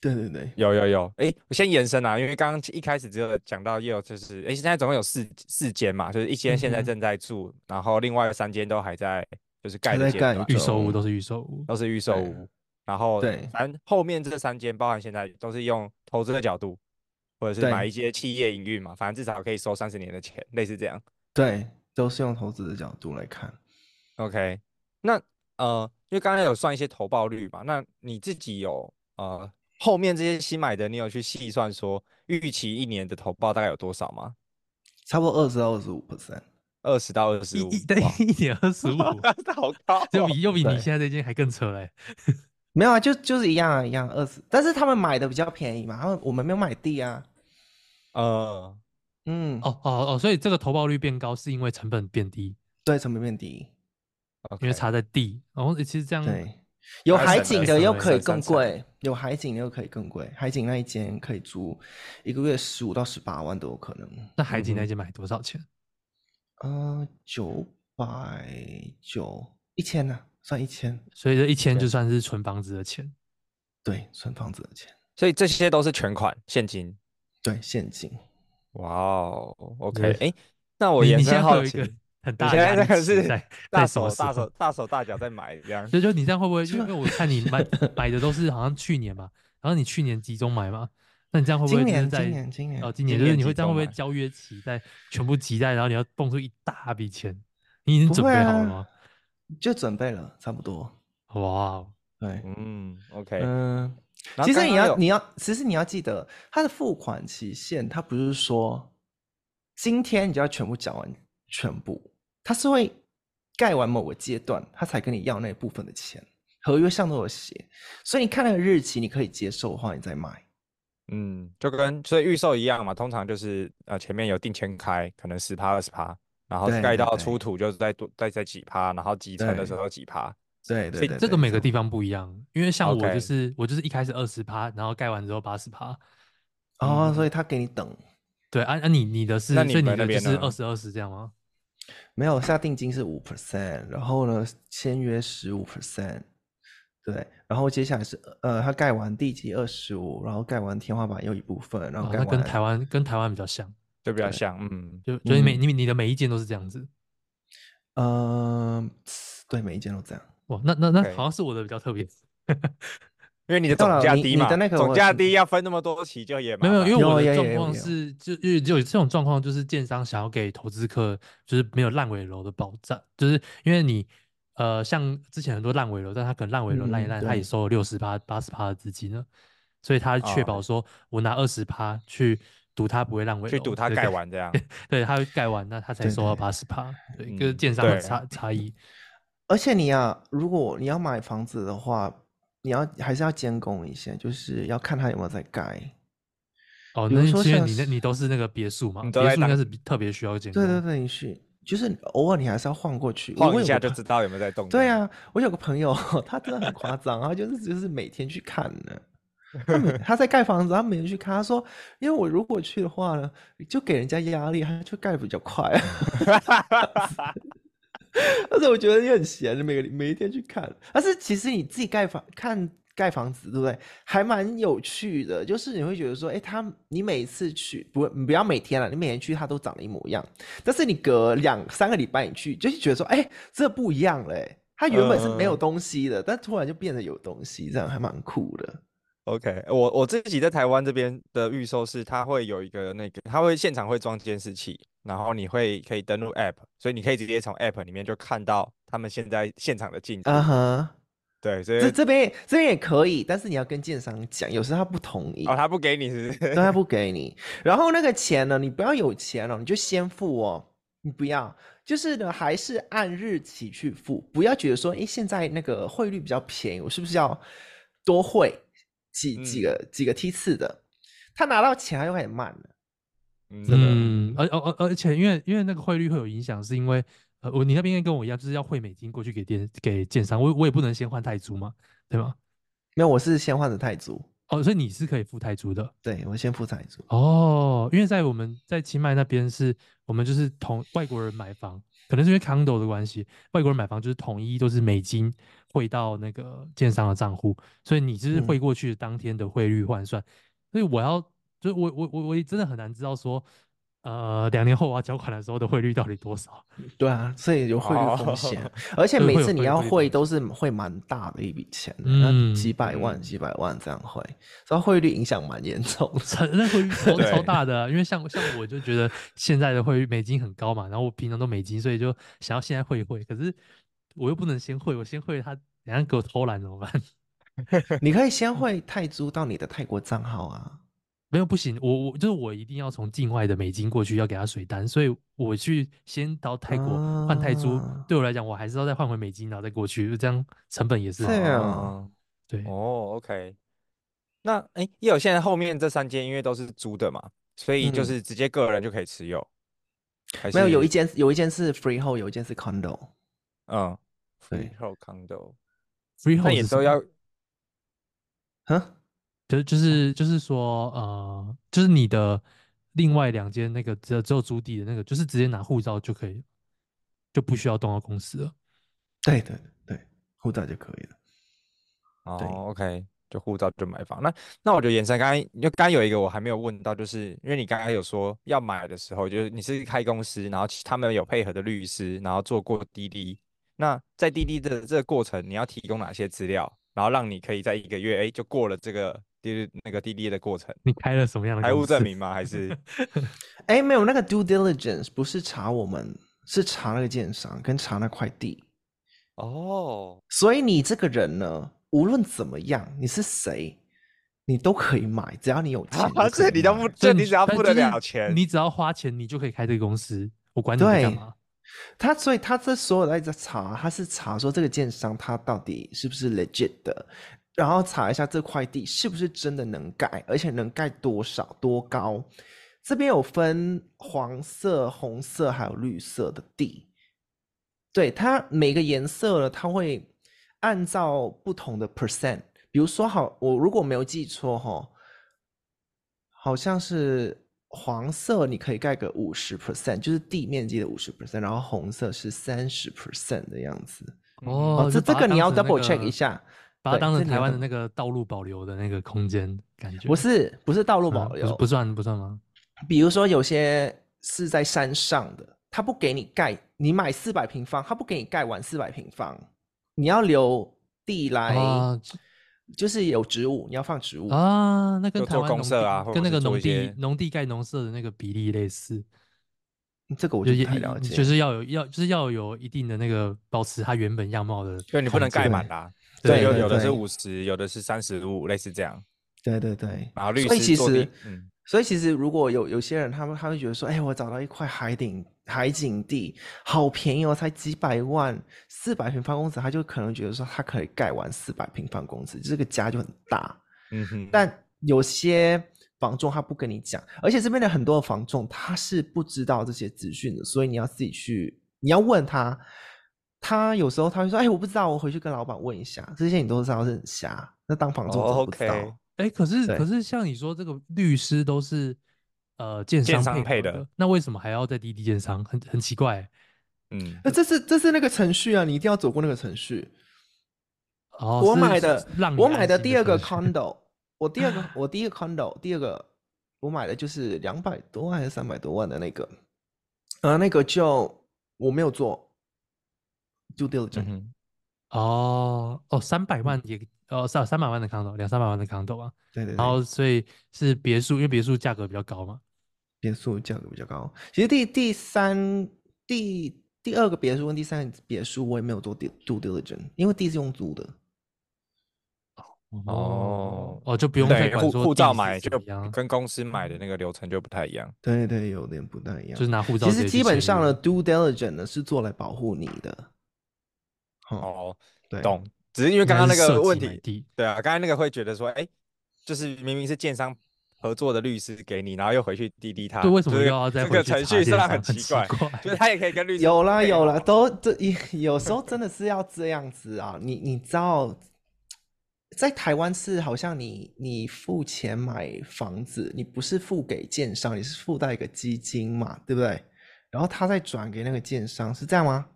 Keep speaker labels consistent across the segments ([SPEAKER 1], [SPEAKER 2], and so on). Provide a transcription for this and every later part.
[SPEAKER 1] 对对对，
[SPEAKER 2] 有有有，哎，我先延伸啊，因为刚刚一开始只有讲到也有就是，哎，现在总共有四四间嘛，就是一间现
[SPEAKER 1] 嗯
[SPEAKER 2] 在
[SPEAKER 1] 哼
[SPEAKER 2] 正在住，然后另外有三间都还在就是盖
[SPEAKER 1] 还
[SPEAKER 2] 的
[SPEAKER 1] 在
[SPEAKER 2] 阶
[SPEAKER 1] 盖
[SPEAKER 2] 段，
[SPEAKER 3] 预售屋都是预售屋，
[SPEAKER 2] 都是预售
[SPEAKER 1] 对
[SPEAKER 2] 屋，然后
[SPEAKER 1] 对
[SPEAKER 2] 咱后面这三间，包含现在都是用投资的角度，或者是
[SPEAKER 1] 对
[SPEAKER 2] 买一些企业营运嘛，反正至少可以收三十年的钱，类似这样。
[SPEAKER 1] 对，都是用投资的角度来看。
[SPEAKER 2] OK，那呃，因为刚才有算一些投报率嘛，那你自己有呃后面这些新买的，你有去细算说预期一年的投报大概有多少吗？
[SPEAKER 1] 差不多二十到二十五 percent，
[SPEAKER 2] 二十到二十
[SPEAKER 3] 一
[SPEAKER 2] 五，
[SPEAKER 3] 一对
[SPEAKER 2] 哇
[SPEAKER 3] 一点 二十五，
[SPEAKER 2] 好高
[SPEAKER 3] 就
[SPEAKER 2] 哦
[SPEAKER 3] 比又比你
[SPEAKER 1] 对
[SPEAKER 3] 现在这间还更扯嘞。
[SPEAKER 1] 没有啊，就就是一样啊，一样二十，但是他们买的比较便宜嘛，他们我们没有买地啊，
[SPEAKER 2] 呃，
[SPEAKER 1] 嗯，
[SPEAKER 3] 哦哦哦，所以这个投报率变高是因为成本变低，
[SPEAKER 1] 对，成本变低，
[SPEAKER 3] 因
[SPEAKER 2] OK，
[SPEAKER 3] 为差在地。然后其实这样，
[SPEAKER 1] 对，有
[SPEAKER 2] 还
[SPEAKER 1] 海
[SPEAKER 2] 省
[SPEAKER 1] 景
[SPEAKER 2] 了
[SPEAKER 1] 的
[SPEAKER 2] 省
[SPEAKER 1] 又
[SPEAKER 2] 了
[SPEAKER 1] 可以
[SPEAKER 2] 省
[SPEAKER 1] 更
[SPEAKER 2] 省了
[SPEAKER 1] 贵，有海景的又可以更贵，海景那一间可以租一个月十五到十八万都有可能，
[SPEAKER 3] 那海景
[SPEAKER 1] 嗯
[SPEAKER 3] 那间买多少钱？
[SPEAKER 1] 呃，九百九一千呢、算一千，
[SPEAKER 3] 所以这一千
[SPEAKER 2] 对
[SPEAKER 3] 就算是存房子的钱。
[SPEAKER 1] 对，存房子的钱，
[SPEAKER 2] 所以这些都是全款现金。
[SPEAKER 1] 对，现金。
[SPEAKER 2] 哇哦，OK，
[SPEAKER 3] 对
[SPEAKER 2] 哎、那我
[SPEAKER 3] 你
[SPEAKER 2] 延
[SPEAKER 3] 你现
[SPEAKER 2] 伸
[SPEAKER 3] 在
[SPEAKER 2] 好
[SPEAKER 3] 有一
[SPEAKER 2] 奇，
[SPEAKER 3] 个很
[SPEAKER 2] 你
[SPEAKER 3] 大
[SPEAKER 2] 现
[SPEAKER 3] 的
[SPEAKER 2] 在
[SPEAKER 3] 压
[SPEAKER 2] 这
[SPEAKER 3] 力
[SPEAKER 2] 个
[SPEAKER 3] 池
[SPEAKER 2] 是
[SPEAKER 3] 在
[SPEAKER 2] 大
[SPEAKER 3] 在什么
[SPEAKER 2] 手
[SPEAKER 3] 时
[SPEAKER 2] 大
[SPEAKER 3] 候
[SPEAKER 2] 手大手大脚在买这 样。
[SPEAKER 3] 就就你这样会不会？因
[SPEAKER 1] 这
[SPEAKER 3] 为我看你 买买的都是好像去年嘛，然后你去年集中买嘛，那你这样会不会
[SPEAKER 1] 今
[SPEAKER 3] 就是
[SPEAKER 1] 年
[SPEAKER 3] 在
[SPEAKER 1] 今年今年
[SPEAKER 3] 哦
[SPEAKER 2] 今
[SPEAKER 3] 今年就是
[SPEAKER 2] 年
[SPEAKER 3] 你会
[SPEAKER 2] 集
[SPEAKER 3] 这样
[SPEAKER 2] 中
[SPEAKER 3] 会不会
[SPEAKER 2] 买
[SPEAKER 3] 交约期在全部集在，然后你要蹦出一大笔钱？你已经
[SPEAKER 1] 不
[SPEAKER 3] 准
[SPEAKER 1] 会
[SPEAKER 3] 备好了
[SPEAKER 1] 啊
[SPEAKER 3] 吗？
[SPEAKER 1] 就准备了，差不多。
[SPEAKER 3] 哇哦，
[SPEAKER 1] 对，
[SPEAKER 2] 嗯，OK，
[SPEAKER 1] 嗯，
[SPEAKER 2] 然后
[SPEAKER 1] 其实
[SPEAKER 2] 刚
[SPEAKER 1] 你
[SPEAKER 2] 刚
[SPEAKER 1] 要
[SPEAKER 2] 有
[SPEAKER 1] 你要，其实你要记得，它的付款期限，它不是说今天你就要全部缴完全部，它是会盖完某个阶段，它才跟你要那部分的钱，合约上都有写，所以你看那个日期，你可以接受的话，你再买。
[SPEAKER 2] 嗯，就跟所以预售一样嘛，通常就是呃前面有定签开，可能十趴二十趴，然后
[SPEAKER 1] 对
[SPEAKER 2] 盖
[SPEAKER 1] 对
[SPEAKER 2] 到
[SPEAKER 1] 对
[SPEAKER 2] 出土就是再多再再几趴，然后集成的时
[SPEAKER 1] 对
[SPEAKER 2] 候几趴。
[SPEAKER 1] 对
[SPEAKER 2] 所以
[SPEAKER 1] 对对，
[SPEAKER 3] 这个
[SPEAKER 1] 对
[SPEAKER 3] 每个
[SPEAKER 1] 差不
[SPEAKER 3] 地
[SPEAKER 1] 多
[SPEAKER 3] 方不一样，因为像我就
[SPEAKER 2] OK
[SPEAKER 3] 是我就是一开始二十趴，然后盖完之后八十趴。
[SPEAKER 1] 哦，所以他给你等，
[SPEAKER 3] 对，啊啊你你的是，
[SPEAKER 2] 那你
[SPEAKER 3] 所以你
[SPEAKER 2] 们那
[SPEAKER 3] 的就
[SPEAKER 2] 边
[SPEAKER 3] 是
[SPEAKER 2] 呢
[SPEAKER 3] 二十二十这样吗？
[SPEAKER 1] 没有下定金是五 percent，然后呢签约十五 percent，对，然后接下来是呃他盖完地基二十五，然后盖完天花板又一部分，然
[SPEAKER 3] 啊
[SPEAKER 1] 后，盖
[SPEAKER 3] 那
[SPEAKER 1] 完、
[SPEAKER 3] 跟台湾跟台湾比较像，
[SPEAKER 2] 就比较
[SPEAKER 1] 对
[SPEAKER 2] 像，嗯，
[SPEAKER 3] 就就是每
[SPEAKER 1] 嗯
[SPEAKER 3] 你你的每一件都是这样子。
[SPEAKER 1] 呃对每一间都这样，
[SPEAKER 3] 哇，那那那
[SPEAKER 2] OK
[SPEAKER 3] 好像是我的比较特别。
[SPEAKER 2] 因为你的
[SPEAKER 1] 到
[SPEAKER 2] 总
[SPEAKER 1] 了
[SPEAKER 2] 价
[SPEAKER 1] 哎你
[SPEAKER 2] 低
[SPEAKER 1] 你的
[SPEAKER 2] 嘛，
[SPEAKER 1] 那个
[SPEAKER 2] 总
[SPEAKER 1] 我
[SPEAKER 2] 价
[SPEAKER 1] 是
[SPEAKER 2] 低要分那么多期就也
[SPEAKER 3] 没有，
[SPEAKER 2] 麻
[SPEAKER 3] 没有
[SPEAKER 2] 烦
[SPEAKER 3] 因为我
[SPEAKER 1] 有有
[SPEAKER 3] 的状
[SPEAKER 1] 有
[SPEAKER 3] 况
[SPEAKER 1] 有
[SPEAKER 3] 是，就就就有这种状况，就是建商想要给投资客，就是没有烂尾楼的保障，就是因为你，呃，像之前很多烂尾楼，但他可能烂尾楼烂一
[SPEAKER 1] 嗯
[SPEAKER 3] 烂，他也
[SPEAKER 1] 对
[SPEAKER 3] 收了六十趴、八十趴的资金了，所以他确
[SPEAKER 1] 哦
[SPEAKER 2] 啊
[SPEAKER 3] 保说我拿二十趴去赌他不会烂尾
[SPEAKER 2] 去
[SPEAKER 3] 楼，
[SPEAKER 2] 赌它
[SPEAKER 3] 对
[SPEAKER 2] 盖
[SPEAKER 3] 对
[SPEAKER 2] 完这样。
[SPEAKER 3] 对，他会盖完，那他才
[SPEAKER 1] 对
[SPEAKER 3] 收到
[SPEAKER 1] 对
[SPEAKER 3] 八十趴，对，跟
[SPEAKER 2] 嗯
[SPEAKER 3] 建商的
[SPEAKER 2] 对
[SPEAKER 3] 差差异，
[SPEAKER 1] 而且你啊，如果你要买房子的话，你要还是要监工一些，就是要看他有没有在盖，
[SPEAKER 3] 哦，
[SPEAKER 1] 比
[SPEAKER 3] 那
[SPEAKER 1] 如
[SPEAKER 3] 是
[SPEAKER 1] 说
[SPEAKER 3] 因为
[SPEAKER 1] 像
[SPEAKER 3] 你那
[SPEAKER 1] 是
[SPEAKER 3] 你都是那个别墅嘛，
[SPEAKER 2] 你都
[SPEAKER 3] 别
[SPEAKER 2] 在
[SPEAKER 3] 墅应该
[SPEAKER 2] 打
[SPEAKER 3] 是比特别需要监
[SPEAKER 1] 对对
[SPEAKER 3] 工
[SPEAKER 1] 对，你是就是偶尔你还是要晃过去，我
[SPEAKER 2] 晃
[SPEAKER 1] 我
[SPEAKER 2] 一
[SPEAKER 1] 有
[SPEAKER 2] 下
[SPEAKER 1] 个
[SPEAKER 2] 就
[SPEAKER 1] 朋
[SPEAKER 2] 知道有没有在动这
[SPEAKER 1] 对
[SPEAKER 2] 样。
[SPEAKER 1] 啊，我有个朋友， 他真的很夸张，他就是就是每天去看呢。他每他在盖房子，他每天去看。他说，因为我如果去的话呢，就给人家压力，他就盖得比较快。但是我觉得你很闲，每个每一天去看。但是其实你自己盖房看盖房子，对不对？还蛮有趣的，就是你会觉得说，哎，他你每次去不不要每天了，你每天去他都长得一模一样。但是你隔两三个礼拜你去，就是觉得说，哎，这不一样嘞、欸。它原本是没有
[SPEAKER 2] 嗯
[SPEAKER 1] 东西的，但突然就变得有东西，这样还蛮酷的。
[SPEAKER 2] OK，我我自己在台湾这边的预售是，它会有一个那个，它会现场会装监视器，然后你会可以登录 App，所以你可以直接从 App 里面就看到他们现在现场的进度。
[SPEAKER 1] 啊哈，
[SPEAKER 2] 对，所以
[SPEAKER 1] 这这边也这边也可以，但是你要跟建商讲，有时候他不同意，
[SPEAKER 2] 哦，他不给你是不
[SPEAKER 1] 对
[SPEAKER 2] 是？
[SPEAKER 1] 他不给你。然后那个钱呢，你不要有钱了，你就先付哦，你不要，就是呢，还是按日期去付，不要觉得说，诶，现在那个汇率比较便宜，我是不是要多汇几几
[SPEAKER 2] 嗯
[SPEAKER 1] 个几个梯次的？他拿到钱他就开始慢了。
[SPEAKER 2] 嗯
[SPEAKER 1] 真的
[SPEAKER 3] 嗯，而而而而且因为因为那个汇率会有影响，是因为呃，我你那边应该跟我一样，就是要汇美金过去给电给建商，我我也不能先换泰铢嘛，对吗？
[SPEAKER 1] 没有，我是先换的泰铢，
[SPEAKER 3] 哦，所以你是可以付泰铢的
[SPEAKER 1] 对我先付泰铢。
[SPEAKER 3] 哦，因为在我们在清迈那边是，我们就是同外国人买房，可能是因为 condo 的关系，外国人买房就是统一都是美金汇到那个建商的账户，所以你就是
[SPEAKER 1] 嗯
[SPEAKER 3] 汇过去当天的汇率换算。所以我要，就我我我我也真的很难知道说，呃，两年后我要缴款的时候的汇率到底多少。
[SPEAKER 1] 对啊，所以有汇率风险，
[SPEAKER 2] 哦
[SPEAKER 1] 而且
[SPEAKER 3] 对
[SPEAKER 1] 每
[SPEAKER 3] 会有
[SPEAKER 1] 次你
[SPEAKER 3] 汇
[SPEAKER 1] 要
[SPEAKER 3] 汇率
[SPEAKER 1] 汇
[SPEAKER 3] 风
[SPEAKER 1] 都是会蛮大的一笔钱的，那
[SPEAKER 3] 嗯
[SPEAKER 1] 几百万、
[SPEAKER 2] 嗯
[SPEAKER 1] 几百万这样汇，所以汇率影响蛮严重的。
[SPEAKER 3] 承认 汇率超
[SPEAKER 2] 对
[SPEAKER 3] 超大的啊、因为像像我就觉得现在的汇率美金很高嘛，然后我平常都美金，所以就想要现在汇一汇，可是我又不能先汇，我先汇他，等下给我偷懒怎么办？
[SPEAKER 1] 你可以先汇泰铢到你的泰国账号啊，
[SPEAKER 3] 没有不行，我我就是我一定要从境外的美金过去，要给他水单，所以我去先到泰国换泰铢，
[SPEAKER 1] 啊
[SPEAKER 3] 对我来讲，我还是要再换回美金，然后再过去，就这样成本也是
[SPEAKER 1] 这样
[SPEAKER 2] 哦
[SPEAKER 3] 对，
[SPEAKER 2] 哦，OK。那哎，也有现在后面这三间因为都是租的嘛，所以就
[SPEAKER 1] 嗯
[SPEAKER 2] 是直接个人就可以持有，还
[SPEAKER 1] 没有有一
[SPEAKER 2] 是
[SPEAKER 1] 间有一间是 freehold，有一间是 condo，
[SPEAKER 2] 嗯
[SPEAKER 1] 对
[SPEAKER 2] ，freehold condo，
[SPEAKER 3] freehold
[SPEAKER 2] 那也
[SPEAKER 3] 是什
[SPEAKER 2] 都
[SPEAKER 3] 么
[SPEAKER 2] 要
[SPEAKER 1] 哼，
[SPEAKER 3] 就就是就是说，呃，就是你的另外两间那个只有只有租地的那个，就是直接拿护照就可以了，就不需要动到公司了。
[SPEAKER 1] 对对对，护照就可以了。对
[SPEAKER 2] 哦，OK，就护照就买房。那那我觉得延伸刚刚就刚刚有一个我还没有问到，就是因为你刚刚有说要买的时候，就是你是开公司，然后其他们有配合的律师，然后做过滴滴。那在滴滴的这个过程，你要提供哪些资料，然后让你可以在一个月哎就过了这个滴滴那个滴滴的过程？
[SPEAKER 3] 你开了什么样的
[SPEAKER 2] 财
[SPEAKER 3] 公
[SPEAKER 2] 务证
[SPEAKER 3] 司
[SPEAKER 2] 明？ 吗？还 是
[SPEAKER 1] 哎，没有那个 due diligence 不是查我们，是查那个建商跟查那块地。
[SPEAKER 2] 哦
[SPEAKER 1] 所以你这个人呢，无论怎么样，你是谁，你都可以买，只要你 有钱就可
[SPEAKER 2] 啊，
[SPEAKER 1] 以买。
[SPEAKER 2] 这你都不，
[SPEAKER 3] 所
[SPEAKER 2] 这
[SPEAKER 3] 以
[SPEAKER 2] 你只要
[SPEAKER 3] 但
[SPEAKER 2] 付
[SPEAKER 3] 就
[SPEAKER 2] 得
[SPEAKER 3] 是
[SPEAKER 2] 了钱，
[SPEAKER 3] 你只要花钱，你就可以开这个公司。我管你你
[SPEAKER 1] 对
[SPEAKER 3] 干嘛？
[SPEAKER 1] 他所以他这所有的在查，他是查说这个建商他到底是不是 legit 的，然后查一下这块地是不是真的能盖，而且能盖多少多高。这边有分黄色、红色还有绿色的地，对它每个颜色呢，它会按照不同的 percent，比如说好，我如果没有记错哈，好像是黄色你可以盖个五十 percent，就是地面积的五十 percent，然后红色是三十 percent 的样子。
[SPEAKER 2] 嗯
[SPEAKER 3] 哦，
[SPEAKER 1] 这
[SPEAKER 3] 就把
[SPEAKER 1] 这
[SPEAKER 3] 它
[SPEAKER 1] 个你
[SPEAKER 3] 当
[SPEAKER 1] 要
[SPEAKER 3] 成那
[SPEAKER 1] double check 一
[SPEAKER 3] 个
[SPEAKER 1] 下
[SPEAKER 3] 把它
[SPEAKER 1] 对
[SPEAKER 3] 当
[SPEAKER 1] 这
[SPEAKER 3] 成
[SPEAKER 1] 你
[SPEAKER 3] 台
[SPEAKER 1] 要
[SPEAKER 3] 湾的
[SPEAKER 1] double-
[SPEAKER 3] 那个道路保留的那个空间感觉。
[SPEAKER 1] 不是不是道路
[SPEAKER 3] 啊
[SPEAKER 1] 保
[SPEAKER 3] 不是
[SPEAKER 1] 留，
[SPEAKER 3] 不算不算吗？
[SPEAKER 1] 比如说有些是在山上的，他不给你盖，你买四百平方，他不给你盖完四百平方，你要留地来，
[SPEAKER 3] 啊这
[SPEAKER 1] 就是有植物，你要放植物。
[SPEAKER 3] 啊，那跟
[SPEAKER 2] 就
[SPEAKER 3] 台
[SPEAKER 2] 做
[SPEAKER 3] 湾
[SPEAKER 2] 公
[SPEAKER 3] 农
[SPEAKER 2] 社
[SPEAKER 3] 地
[SPEAKER 2] 啊或
[SPEAKER 3] 跟
[SPEAKER 2] 者
[SPEAKER 3] 那
[SPEAKER 2] 是
[SPEAKER 3] 个
[SPEAKER 2] 做
[SPEAKER 3] 农
[SPEAKER 2] 一
[SPEAKER 3] 地
[SPEAKER 2] 些
[SPEAKER 3] 农地盖农舍的那个比例类似。
[SPEAKER 1] 这个我
[SPEAKER 3] 就
[SPEAKER 1] 就
[SPEAKER 3] 也
[SPEAKER 1] 不太了解。
[SPEAKER 3] 就是要有要就是要有一定的那个保持它原本样貌的空间，
[SPEAKER 2] 就你不能盖满啦、
[SPEAKER 1] 对
[SPEAKER 2] 有
[SPEAKER 1] 对
[SPEAKER 2] 有的是
[SPEAKER 1] 对
[SPEAKER 2] 五十，有的是三十五，类似这样。
[SPEAKER 1] 对对对，
[SPEAKER 2] 然后律
[SPEAKER 1] 所以
[SPEAKER 2] 师
[SPEAKER 1] 其
[SPEAKER 2] 做地
[SPEAKER 1] 实，
[SPEAKER 2] 嗯
[SPEAKER 1] 所以其实如果有有些人，他们他会觉得说，哎，我找到一块海顶海景地，好便宜哦，才几百万，四百平方公尺，他就可能觉得说，他可以盖完四百平方公尺，这个家就很大。
[SPEAKER 2] 嗯哼，
[SPEAKER 1] 但有些房仲他不跟你讲，而且这边的很多的房仲他是不知道这些资讯的，所以你要自己去，你要问他。他有时候他会说：“哎，我不知道，我回去跟老板问一下。”这些你都知道是很瞎，那当房仲怎
[SPEAKER 2] 哦
[SPEAKER 1] 么不知道
[SPEAKER 2] ，OK
[SPEAKER 3] 哎，可是可
[SPEAKER 1] 对
[SPEAKER 3] 是像你说这个律师都是呃建
[SPEAKER 2] 建
[SPEAKER 3] 商
[SPEAKER 2] 商配
[SPEAKER 3] 合
[SPEAKER 2] 的
[SPEAKER 3] 的，那为什么还要在滴滴建商？很很奇怪
[SPEAKER 2] 嗯，
[SPEAKER 1] 那这是这是那个程序啊，你一定要走过那个程序。
[SPEAKER 3] 哦。
[SPEAKER 1] 我
[SPEAKER 3] 是
[SPEAKER 1] 买
[SPEAKER 3] 是
[SPEAKER 1] 的
[SPEAKER 3] 让
[SPEAKER 1] 我
[SPEAKER 3] 你
[SPEAKER 1] 买
[SPEAKER 3] 安
[SPEAKER 1] 的
[SPEAKER 3] 心
[SPEAKER 1] 第二个
[SPEAKER 3] 程序
[SPEAKER 1] condo，我第二 个我第一个 condo，第二个我买的就是两百多万还是三百多万的那个，呃，那个就我没有做 due diligence，、
[SPEAKER 2] 嗯哼，
[SPEAKER 3] 哦哦，三百万也哦三三百万的 condo，两三百万的 condo 啊，
[SPEAKER 1] 对对
[SPEAKER 3] 然
[SPEAKER 1] 对，
[SPEAKER 3] 后所以是别墅，因为别墅价格比较高嘛。
[SPEAKER 1] 别墅价格比较高。其实第第三第第二个别墅跟第三个别墅我也没有做 due due diligence，因为地是用租的。
[SPEAKER 2] 哦
[SPEAKER 3] 哦，就不用再
[SPEAKER 2] 对，
[SPEAKER 3] 管
[SPEAKER 2] 护
[SPEAKER 3] 说
[SPEAKER 2] 护照
[SPEAKER 3] 地是
[SPEAKER 2] 买
[SPEAKER 3] 怎
[SPEAKER 2] 就
[SPEAKER 3] 么样
[SPEAKER 2] 跟公司买的那个流程就不太一样。
[SPEAKER 1] 对对，有点不太一样。
[SPEAKER 3] 就是拿护照
[SPEAKER 1] 其
[SPEAKER 3] 直
[SPEAKER 1] 实
[SPEAKER 3] 接
[SPEAKER 1] 基
[SPEAKER 3] 去
[SPEAKER 1] 本
[SPEAKER 3] 签
[SPEAKER 1] 上
[SPEAKER 3] 约
[SPEAKER 1] 呢，due diligence 呢是做来保护你的。哦，
[SPEAKER 2] 哦，
[SPEAKER 1] 对，
[SPEAKER 2] 懂。只是因为
[SPEAKER 3] 应
[SPEAKER 2] 刚
[SPEAKER 3] 该
[SPEAKER 2] 刚那
[SPEAKER 3] 是设
[SPEAKER 2] 个
[SPEAKER 3] 计
[SPEAKER 2] 问
[SPEAKER 3] 买
[SPEAKER 2] 题，
[SPEAKER 3] 地
[SPEAKER 2] 对啊，刚刚那个会觉得说，哎，就是明明是建商合作的律师给你，然后又回去滴滴他，
[SPEAKER 3] 对，为什
[SPEAKER 2] 啊就
[SPEAKER 3] 么又
[SPEAKER 2] 是
[SPEAKER 3] 要再
[SPEAKER 2] 这
[SPEAKER 3] 回
[SPEAKER 2] 个
[SPEAKER 3] 去
[SPEAKER 2] 程
[SPEAKER 3] 查
[SPEAKER 2] 序上
[SPEAKER 3] 电商很
[SPEAKER 2] 奇 怪，
[SPEAKER 3] 怪
[SPEAKER 2] 就是他也可以跟律师
[SPEAKER 1] 有啦
[SPEAKER 2] 配
[SPEAKER 1] 有
[SPEAKER 2] 合
[SPEAKER 1] 啦，都这 也有时候真的是要这样子啊。你你知道，在台湾是好像你你付钱买房子，你不是付给建商，你是付到一个基金嘛，对不对？然后他再转给那个建商，是这样吗？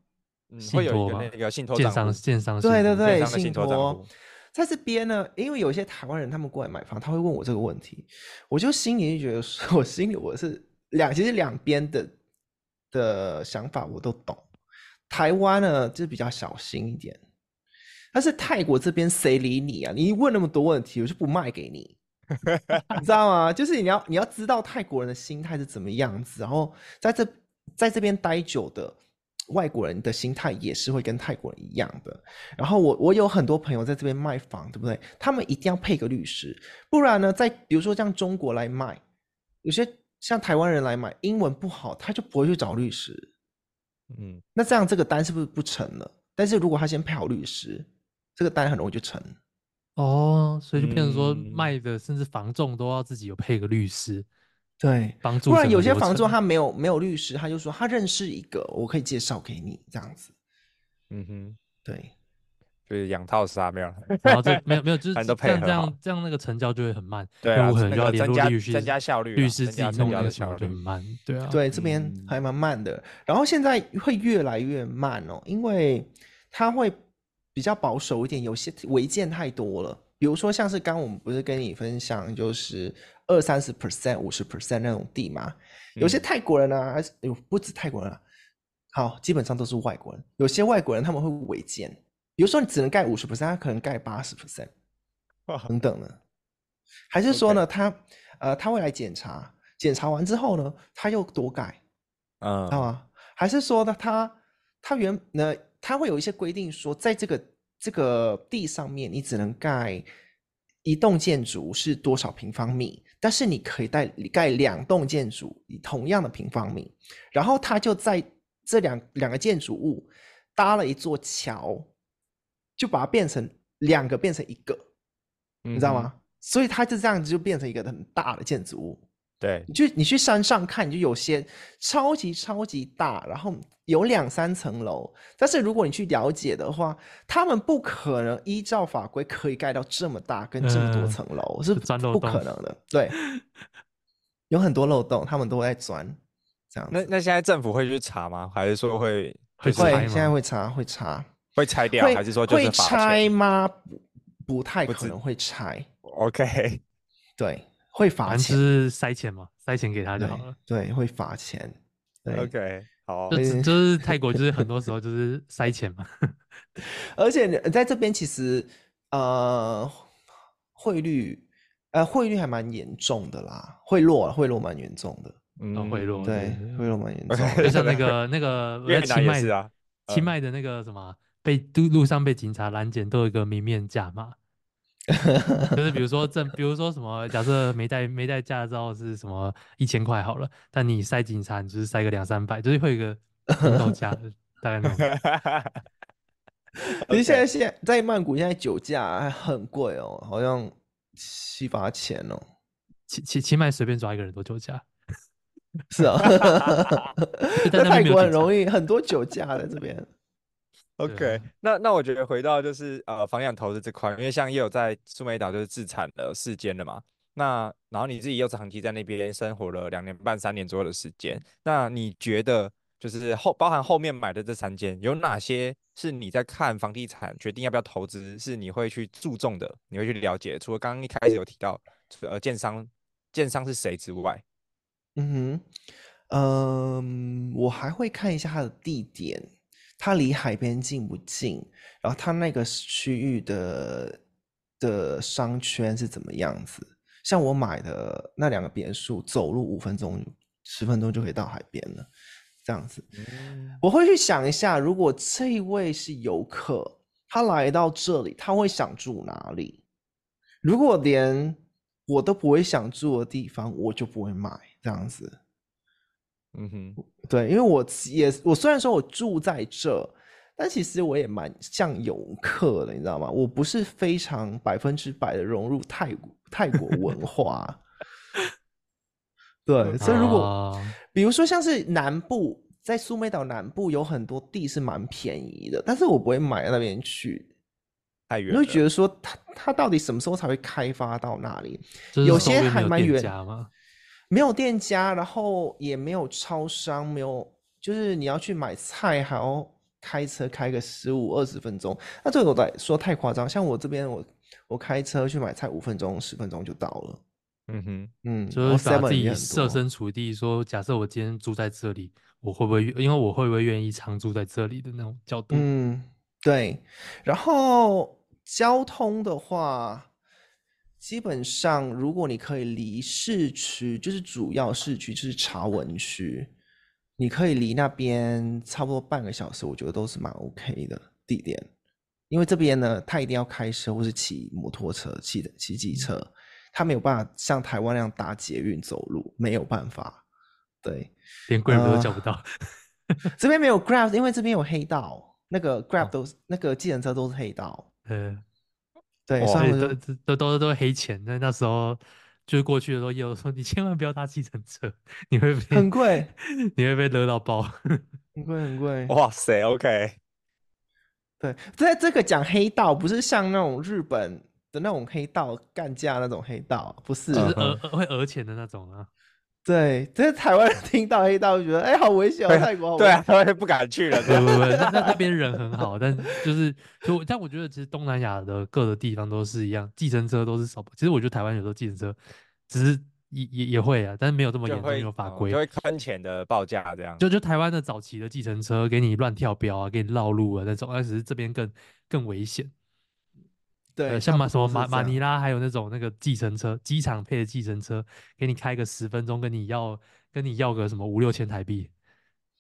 [SPEAKER 2] 嗯，
[SPEAKER 3] 信
[SPEAKER 2] 会有一
[SPEAKER 3] 托
[SPEAKER 2] 个
[SPEAKER 3] 吧
[SPEAKER 2] 那个信托
[SPEAKER 3] 建
[SPEAKER 2] 账
[SPEAKER 3] 商
[SPEAKER 2] 户，
[SPEAKER 3] 建商
[SPEAKER 1] 对
[SPEAKER 3] 信
[SPEAKER 1] 对
[SPEAKER 3] 托
[SPEAKER 1] 对
[SPEAKER 2] 建商的
[SPEAKER 1] 信
[SPEAKER 2] 信托账
[SPEAKER 1] 托
[SPEAKER 2] 户，
[SPEAKER 1] 在这边呢，因为有一些台湾人他们过来买房，他会问我这个问题，我就心里就觉得说，我心里我是两，其实两边的的想法我都懂。台湾呢就比较小心一点，但是泰国这边谁理你啊？你一问那么多问题，我就不卖给你，你知道吗？就是你要你要知道泰国人的心态是怎么样子，然后在这在这边待久的外国人的心态也是会跟泰国人一样的。然后我我有很多朋友在这边卖房，对不对？他们一定要配个律师，不然呢，在比如说像中国来卖，有些像台湾人来买，英文不好，他就不会去找律师。
[SPEAKER 2] 嗯，
[SPEAKER 1] 那这样这个单是不是不成了？但是如果他先配好律师，这个单很容易就成。
[SPEAKER 3] 哦，所以就变成说
[SPEAKER 2] 嗯
[SPEAKER 3] 卖的甚至房仲都要自己有配个律师
[SPEAKER 1] 对，
[SPEAKER 3] 帮助。
[SPEAKER 1] 不然有些房仲他没有没有律师，他就说他认识一个，我可以介绍给你这样子。
[SPEAKER 2] 嗯哼，
[SPEAKER 1] 对，
[SPEAKER 2] 就是养套杀没有了，
[SPEAKER 3] 然后这没有没有，就是
[SPEAKER 2] 反
[SPEAKER 3] 这
[SPEAKER 2] 正都
[SPEAKER 3] 样
[SPEAKER 2] 配合
[SPEAKER 3] 这
[SPEAKER 2] 好
[SPEAKER 3] 样这样那个成交就会很慢，
[SPEAKER 2] 对
[SPEAKER 3] 客
[SPEAKER 2] 啊，
[SPEAKER 3] 户可能
[SPEAKER 2] 那
[SPEAKER 3] 就要
[SPEAKER 2] 个
[SPEAKER 3] 联
[SPEAKER 2] 增
[SPEAKER 3] 络
[SPEAKER 2] 加
[SPEAKER 3] 律师，
[SPEAKER 2] 增加效率啊，
[SPEAKER 3] 律师
[SPEAKER 2] 增
[SPEAKER 3] 自己
[SPEAKER 2] 加成
[SPEAKER 3] 弄
[SPEAKER 2] 交
[SPEAKER 3] 那
[SPEAKER 2] 的
[SPEAKER 3] 个什
[SPEAKER 2] 效
[SPEAKER 3] 么就
[SPEAKER 2] 率
[SPEAKER 3] 很，慢，对啊，
[SPEAKER 1] 对，这边
[SPEAKER 2] 嗯
[SPEAKER 1] 还蛮慢的。然后现在会越来越慢哦，因为它会比较保守一点，有些违建太多了。比如说像是刚我们不是跟你分享，就是二三十 percent、五十 percent 那种地嘛，有些
[SPEAKER 2] 嗯
[SPEAKER 1] 泰国人呢、还是有不止泰国人啊，好，基本上都是外国人。有些外国人他们会违建，比如说你只能盖五十 percent，他可能盖八十 percent
[SPEAKER 2] 哇
[SPEAKER 1] 等等的。还是说呢，他呃他会来检查，检查完之后呢，他又多盖，知道
[SPEAKER 2] 嗯，
[SPEAKER 1] 吗？啊还是说呢，他他原呢，他会有一些规定说，在这个这个地上面，你只能盖一栋建筑是多少平方米，但是你可以盖盖两栋建筑同样的平方米，然后他就在这两两个建筑物搭了一座桥，就把它变成两个变成一个，
[SPEAKER 2] 你
[SPEAKER 1] 你知道？吗？所以它就这样子就变成一个很大的建筑物。
[SPEAKER 2] 对，
[SPEAKER 1] 你去你去山上看，你就有些超级超级大，然后有两三层楼。但是如果你去了解的话，他们不可能依照法规可以盖到这么大跟这么多
[SPEAKER 3] 嗯
[SPEAKER 1] 层楼，是
[SPEAKER 3] 就钻漏
[SPEAKER 1] 不可
[SPEAKER 3] 洞
[SPEAKER 1] 能的。 对，有很多漏洞，他们都在钻。这样
[SPEAKER 2] 那
[SPEAKER 1] 子
[SPEAKER 2] 那现在政府会去查吗？还是说会
[SPEAKER 3] 会
[SPEAKER 2] 就是
[SPEAKER 1] 会
[SPEAKER 3] 拆
[SPEAKER 1] 现在
[SPEAKER 3] 吗
[SPEAKER 1] 会查会查，
[SPEAKER 2] 会拆掉，
[SPEAKER 1] 会
[SPEAKER 2] 还是说就是
[SPEAKER 1] 会
[SPEAKER 2] 罚
[SPEAKER 1] 拆
[SPEAKER 2] 钱
[SPEAKER 1] 吗？不不太
[SPEAKER 2] 不
[SPEAKER 1] 可
[SPEAKER 2] 知
[SPEAKER 1] 能会拆，
[SPEAKER 2] ？OK，
[SPEAKER 1] 对，会罚
[SPEAKER 3] 反正
[SPEAKER 1] 钱
[SPEAKER 3] 就。是塞钱嘛，塞钱给他就
[SPEAKER 1] 对
[SPEAKER 3] 好了。
[SPEAKER 1] 对，会罚钱。对
[SPEAKER 2] OK，好
[SPEAKER 3] 就，只
[SPEAKER 1] 对
[SPEAKER 3] 就是泰国，就是很多时候就是塞钱 嘛，
[SPEAKER 1] 而且你在这边其实呃汇率呃汇率还蛮严重的啦，贿赂贿赂蛮严重的，
[SPEAKER 3] 然后
[SPEAKER 2] 嗯，
[SPEAKER 3] 贿赂，
[SPEAKER 1] 对，贿赂蛮严重
[SPEAKER 2] OK
[SPEAKER 3] 就
[SPEAKER 1] 的。
[SPEAKER 3] 像那个那个我
[SPEAKER 2] 越
[SPEAKER 3] 在
[SPEAKER 2] 南
[SPEAKER 3] 清
[SPEAKER 2] 也
[SPEAKER 3] 迈
[SPEAKER 2] 是啊，
[SPEAKER 1] 呃
[SPEAKER 3] 清迈的那个什么被路路上被警察拦检都有一个明面 价嘛，就是比如说证，比如说什么，假设没带没带驾照是什么一千块好了，但你塞警察，你就是塞个两三百，就是会有一个公道价，大概那种。
[SPEAKER 1] 其实
[SPEAKER 2] OK
[SPEAKER 1] 现在现在在曼谷现在酒驾还很贵哦，好像七八千哦。
[SPEAKER 3] 清清清迈随便抓一个人都酒驾，
[SPEAKER 1] 是啊，
[SPEAKER 3] 但
[SPEAKER 1] 在
[SPEAKER 3] 那边
[SPEAKER 1] 泰
[SPEAKER 3] 没有
[SPEAKER 1] 国很
[SPEAKER 3] 警察
[SPEAKER 1] 容易很多酒驾在这边。
[SPEAKER 2] OK，
[SPEAKER 3] 啊
[SPEAKER 2] 那那我觉得回到就是呃房地产投资这块，因为像也有在苏梅岛就是自产了四间了嘛，那然后你自己又长期在那边生活了两年半三年左右的时间，那你觉得就是后包含后面买的这三间有哪些是你在看房地产决定要不要投资，是你会去注重的，你会去了解的？除了刚刚一开始有提到呃建商建商是谁之外，
[SPEAKER 1] 嗯哼，嗯，我还会看一下它的地点，它离海边近不近，然后它那个区域的的商圈是怎么样子。像我买的那两个别墅，走路五分钟、十分钟就可以到海边了，这样子。我会去想一下，如果这一位是游客，他来到这里，他会想住哪里？如果连我都不会想住的地方，我就不会买这样子。
[SPEAKER 2] 嗯哼，
[SPEAKER 1] 对，因为我其也我虽然说我住在这，但其实我也蛮像游客的，你知道吗？我不是非常百分之百的融入泰国泰国 文化。对， 所以如果、
[SPEAKER 3] 哦
[SPEAKER 1] 比如说像是南部，在苏梅岛南部有很多地是蛮便宜的，但是我不会买到那边去，
[SPEAKER 2] 太
[SPEAKER 1] 你
[SPEAKER 2] 远了，
[SPEAKER 1] 会觉得说它它到底什么时候才会开发到那里？
[SPEAKER 3] 就是
[SPEAKER 1] 有
[SPEAKER 3] 周
[SPEAKER 1] 些
[SPEAKER 3] 边没
[SPEAKER 1] 还
[SPEAKER 3] 有
[SPEAKER 1] 蛮
[SPEAKER 3] 店
[SPEAKER 1] 远
[SPEAKER 3] 家嘛，
[SPEAKER 1] 没有店家，然后也没有超商，没有，就是你要去买菜还要开车开个十五二十分钟，那对我来说太夸张。像我这边我我开车去买菜五分钟十分钟就到了，
[SPEAKER 2] 嗯哼，
[SPEAKER 1] 嗯，
[SPEAKER 3] 就是把
[SPEAKER 1] 然后
[SPEAKER 3] 自
[SPEAKER 1] 7-Eleven 也
[SPEAKER 3] 己
[SPEAKER 1] 很
[SPEAKER 3] 设
[SPEAKER 1] 多
[SPEAKER 3] 身处地说，假设我今天住在这里，我会不会，因为我会不会愿意常住在这里的那种角度？
[SPEAKER 1] 嗯，对。然后交通的话，基本上如果你可以离市区，就是主要市区，就是茶文区，你可以离那边差不多半个小时，我觉得都是蛮 OK 的地点。因为这边呢，他一定要开车或是骑摩托车、骑的骑机车，他没有办法像台湾那样搭捷运走路，没有办法。对，
[SPEAKER 3] 连贵人都叫
[SPEAKER 1] 啊
[SPEAKER 3] 不到。
[SPEAKER 1] 这边没有 Grab，因为这边有黑道，那个
[SPEAKER 2] 哦
[SPEAKER 1] Grab 都是、那个计程车都是黑道，
[SPEAKER 3] 呃，
[SPEAKER 1] 对，
[SPEAKER 2] 哇
[SPEAKER 1] 所以他们
[SPEAKER 3] 对，都
[SPEAKER 1] 就
[SPEAKER 3] 都都都都黑钱。那那时候就是过去的时候，也有说你千万不要搭计程车，你会被
[SPEAKER 1] 很 贵，
[SPEAKER 3] 你会被勒到爆。
[SPEAKER 1] 很贵，很贵。
[SPEAKER 2] 哇塞，OK，
[SPEAKER 1] 对，在这个讲黑道，不是像那种日本的那种黑道干架那种黑道，不是。
[SPEAKER 3] 就是
[SPEAKER 2] 嗯
[SPEAKER 3] 讹会讹钱的那种啊。
[SPEAKER 1] 对，在台湾人听到黑道就觉得，哎、好危险哦，
[SPEAKER 2] 对
[SPEAKER 1] 泰国好危
[SPEAKER 2] 对啊
[SPEAKER 1] 险，，
[SPEAKER 2] 他会不敢去 了，
[SPEAKER 3] 不不不，那那那边人很好，但就是就但我觉得其实东南亚的各个地方都是一样，计程车都是少不。其实我觉得台湾有时候计程车只是也也也会啊，但是没有这么
[SPEAKER 2] 就
[SPEAKER 3] 严重
[SPEAKER 2] 会
[SPEAKER 3] 有法
[SPEAKER 2] 嗯
[SPEAKER 3] 规
[SPEAKER 2] 就。会坑钱的报价这样。
[SPEAKER 3] 就就台湾的早期的计程车给你乱跳标啊，给你绕路啊那种，但只是这边更更危险。
[SPEAKER 1] 对，
[SPEAKER 3] 呃，像马什么马马尼
[SPEAKER 1] 拉，
[SPEAKER 3] 拉，还有那种那个计程车，机场配的计程车，给你开个十分钟，跟你要跟你要个什么五六千台币，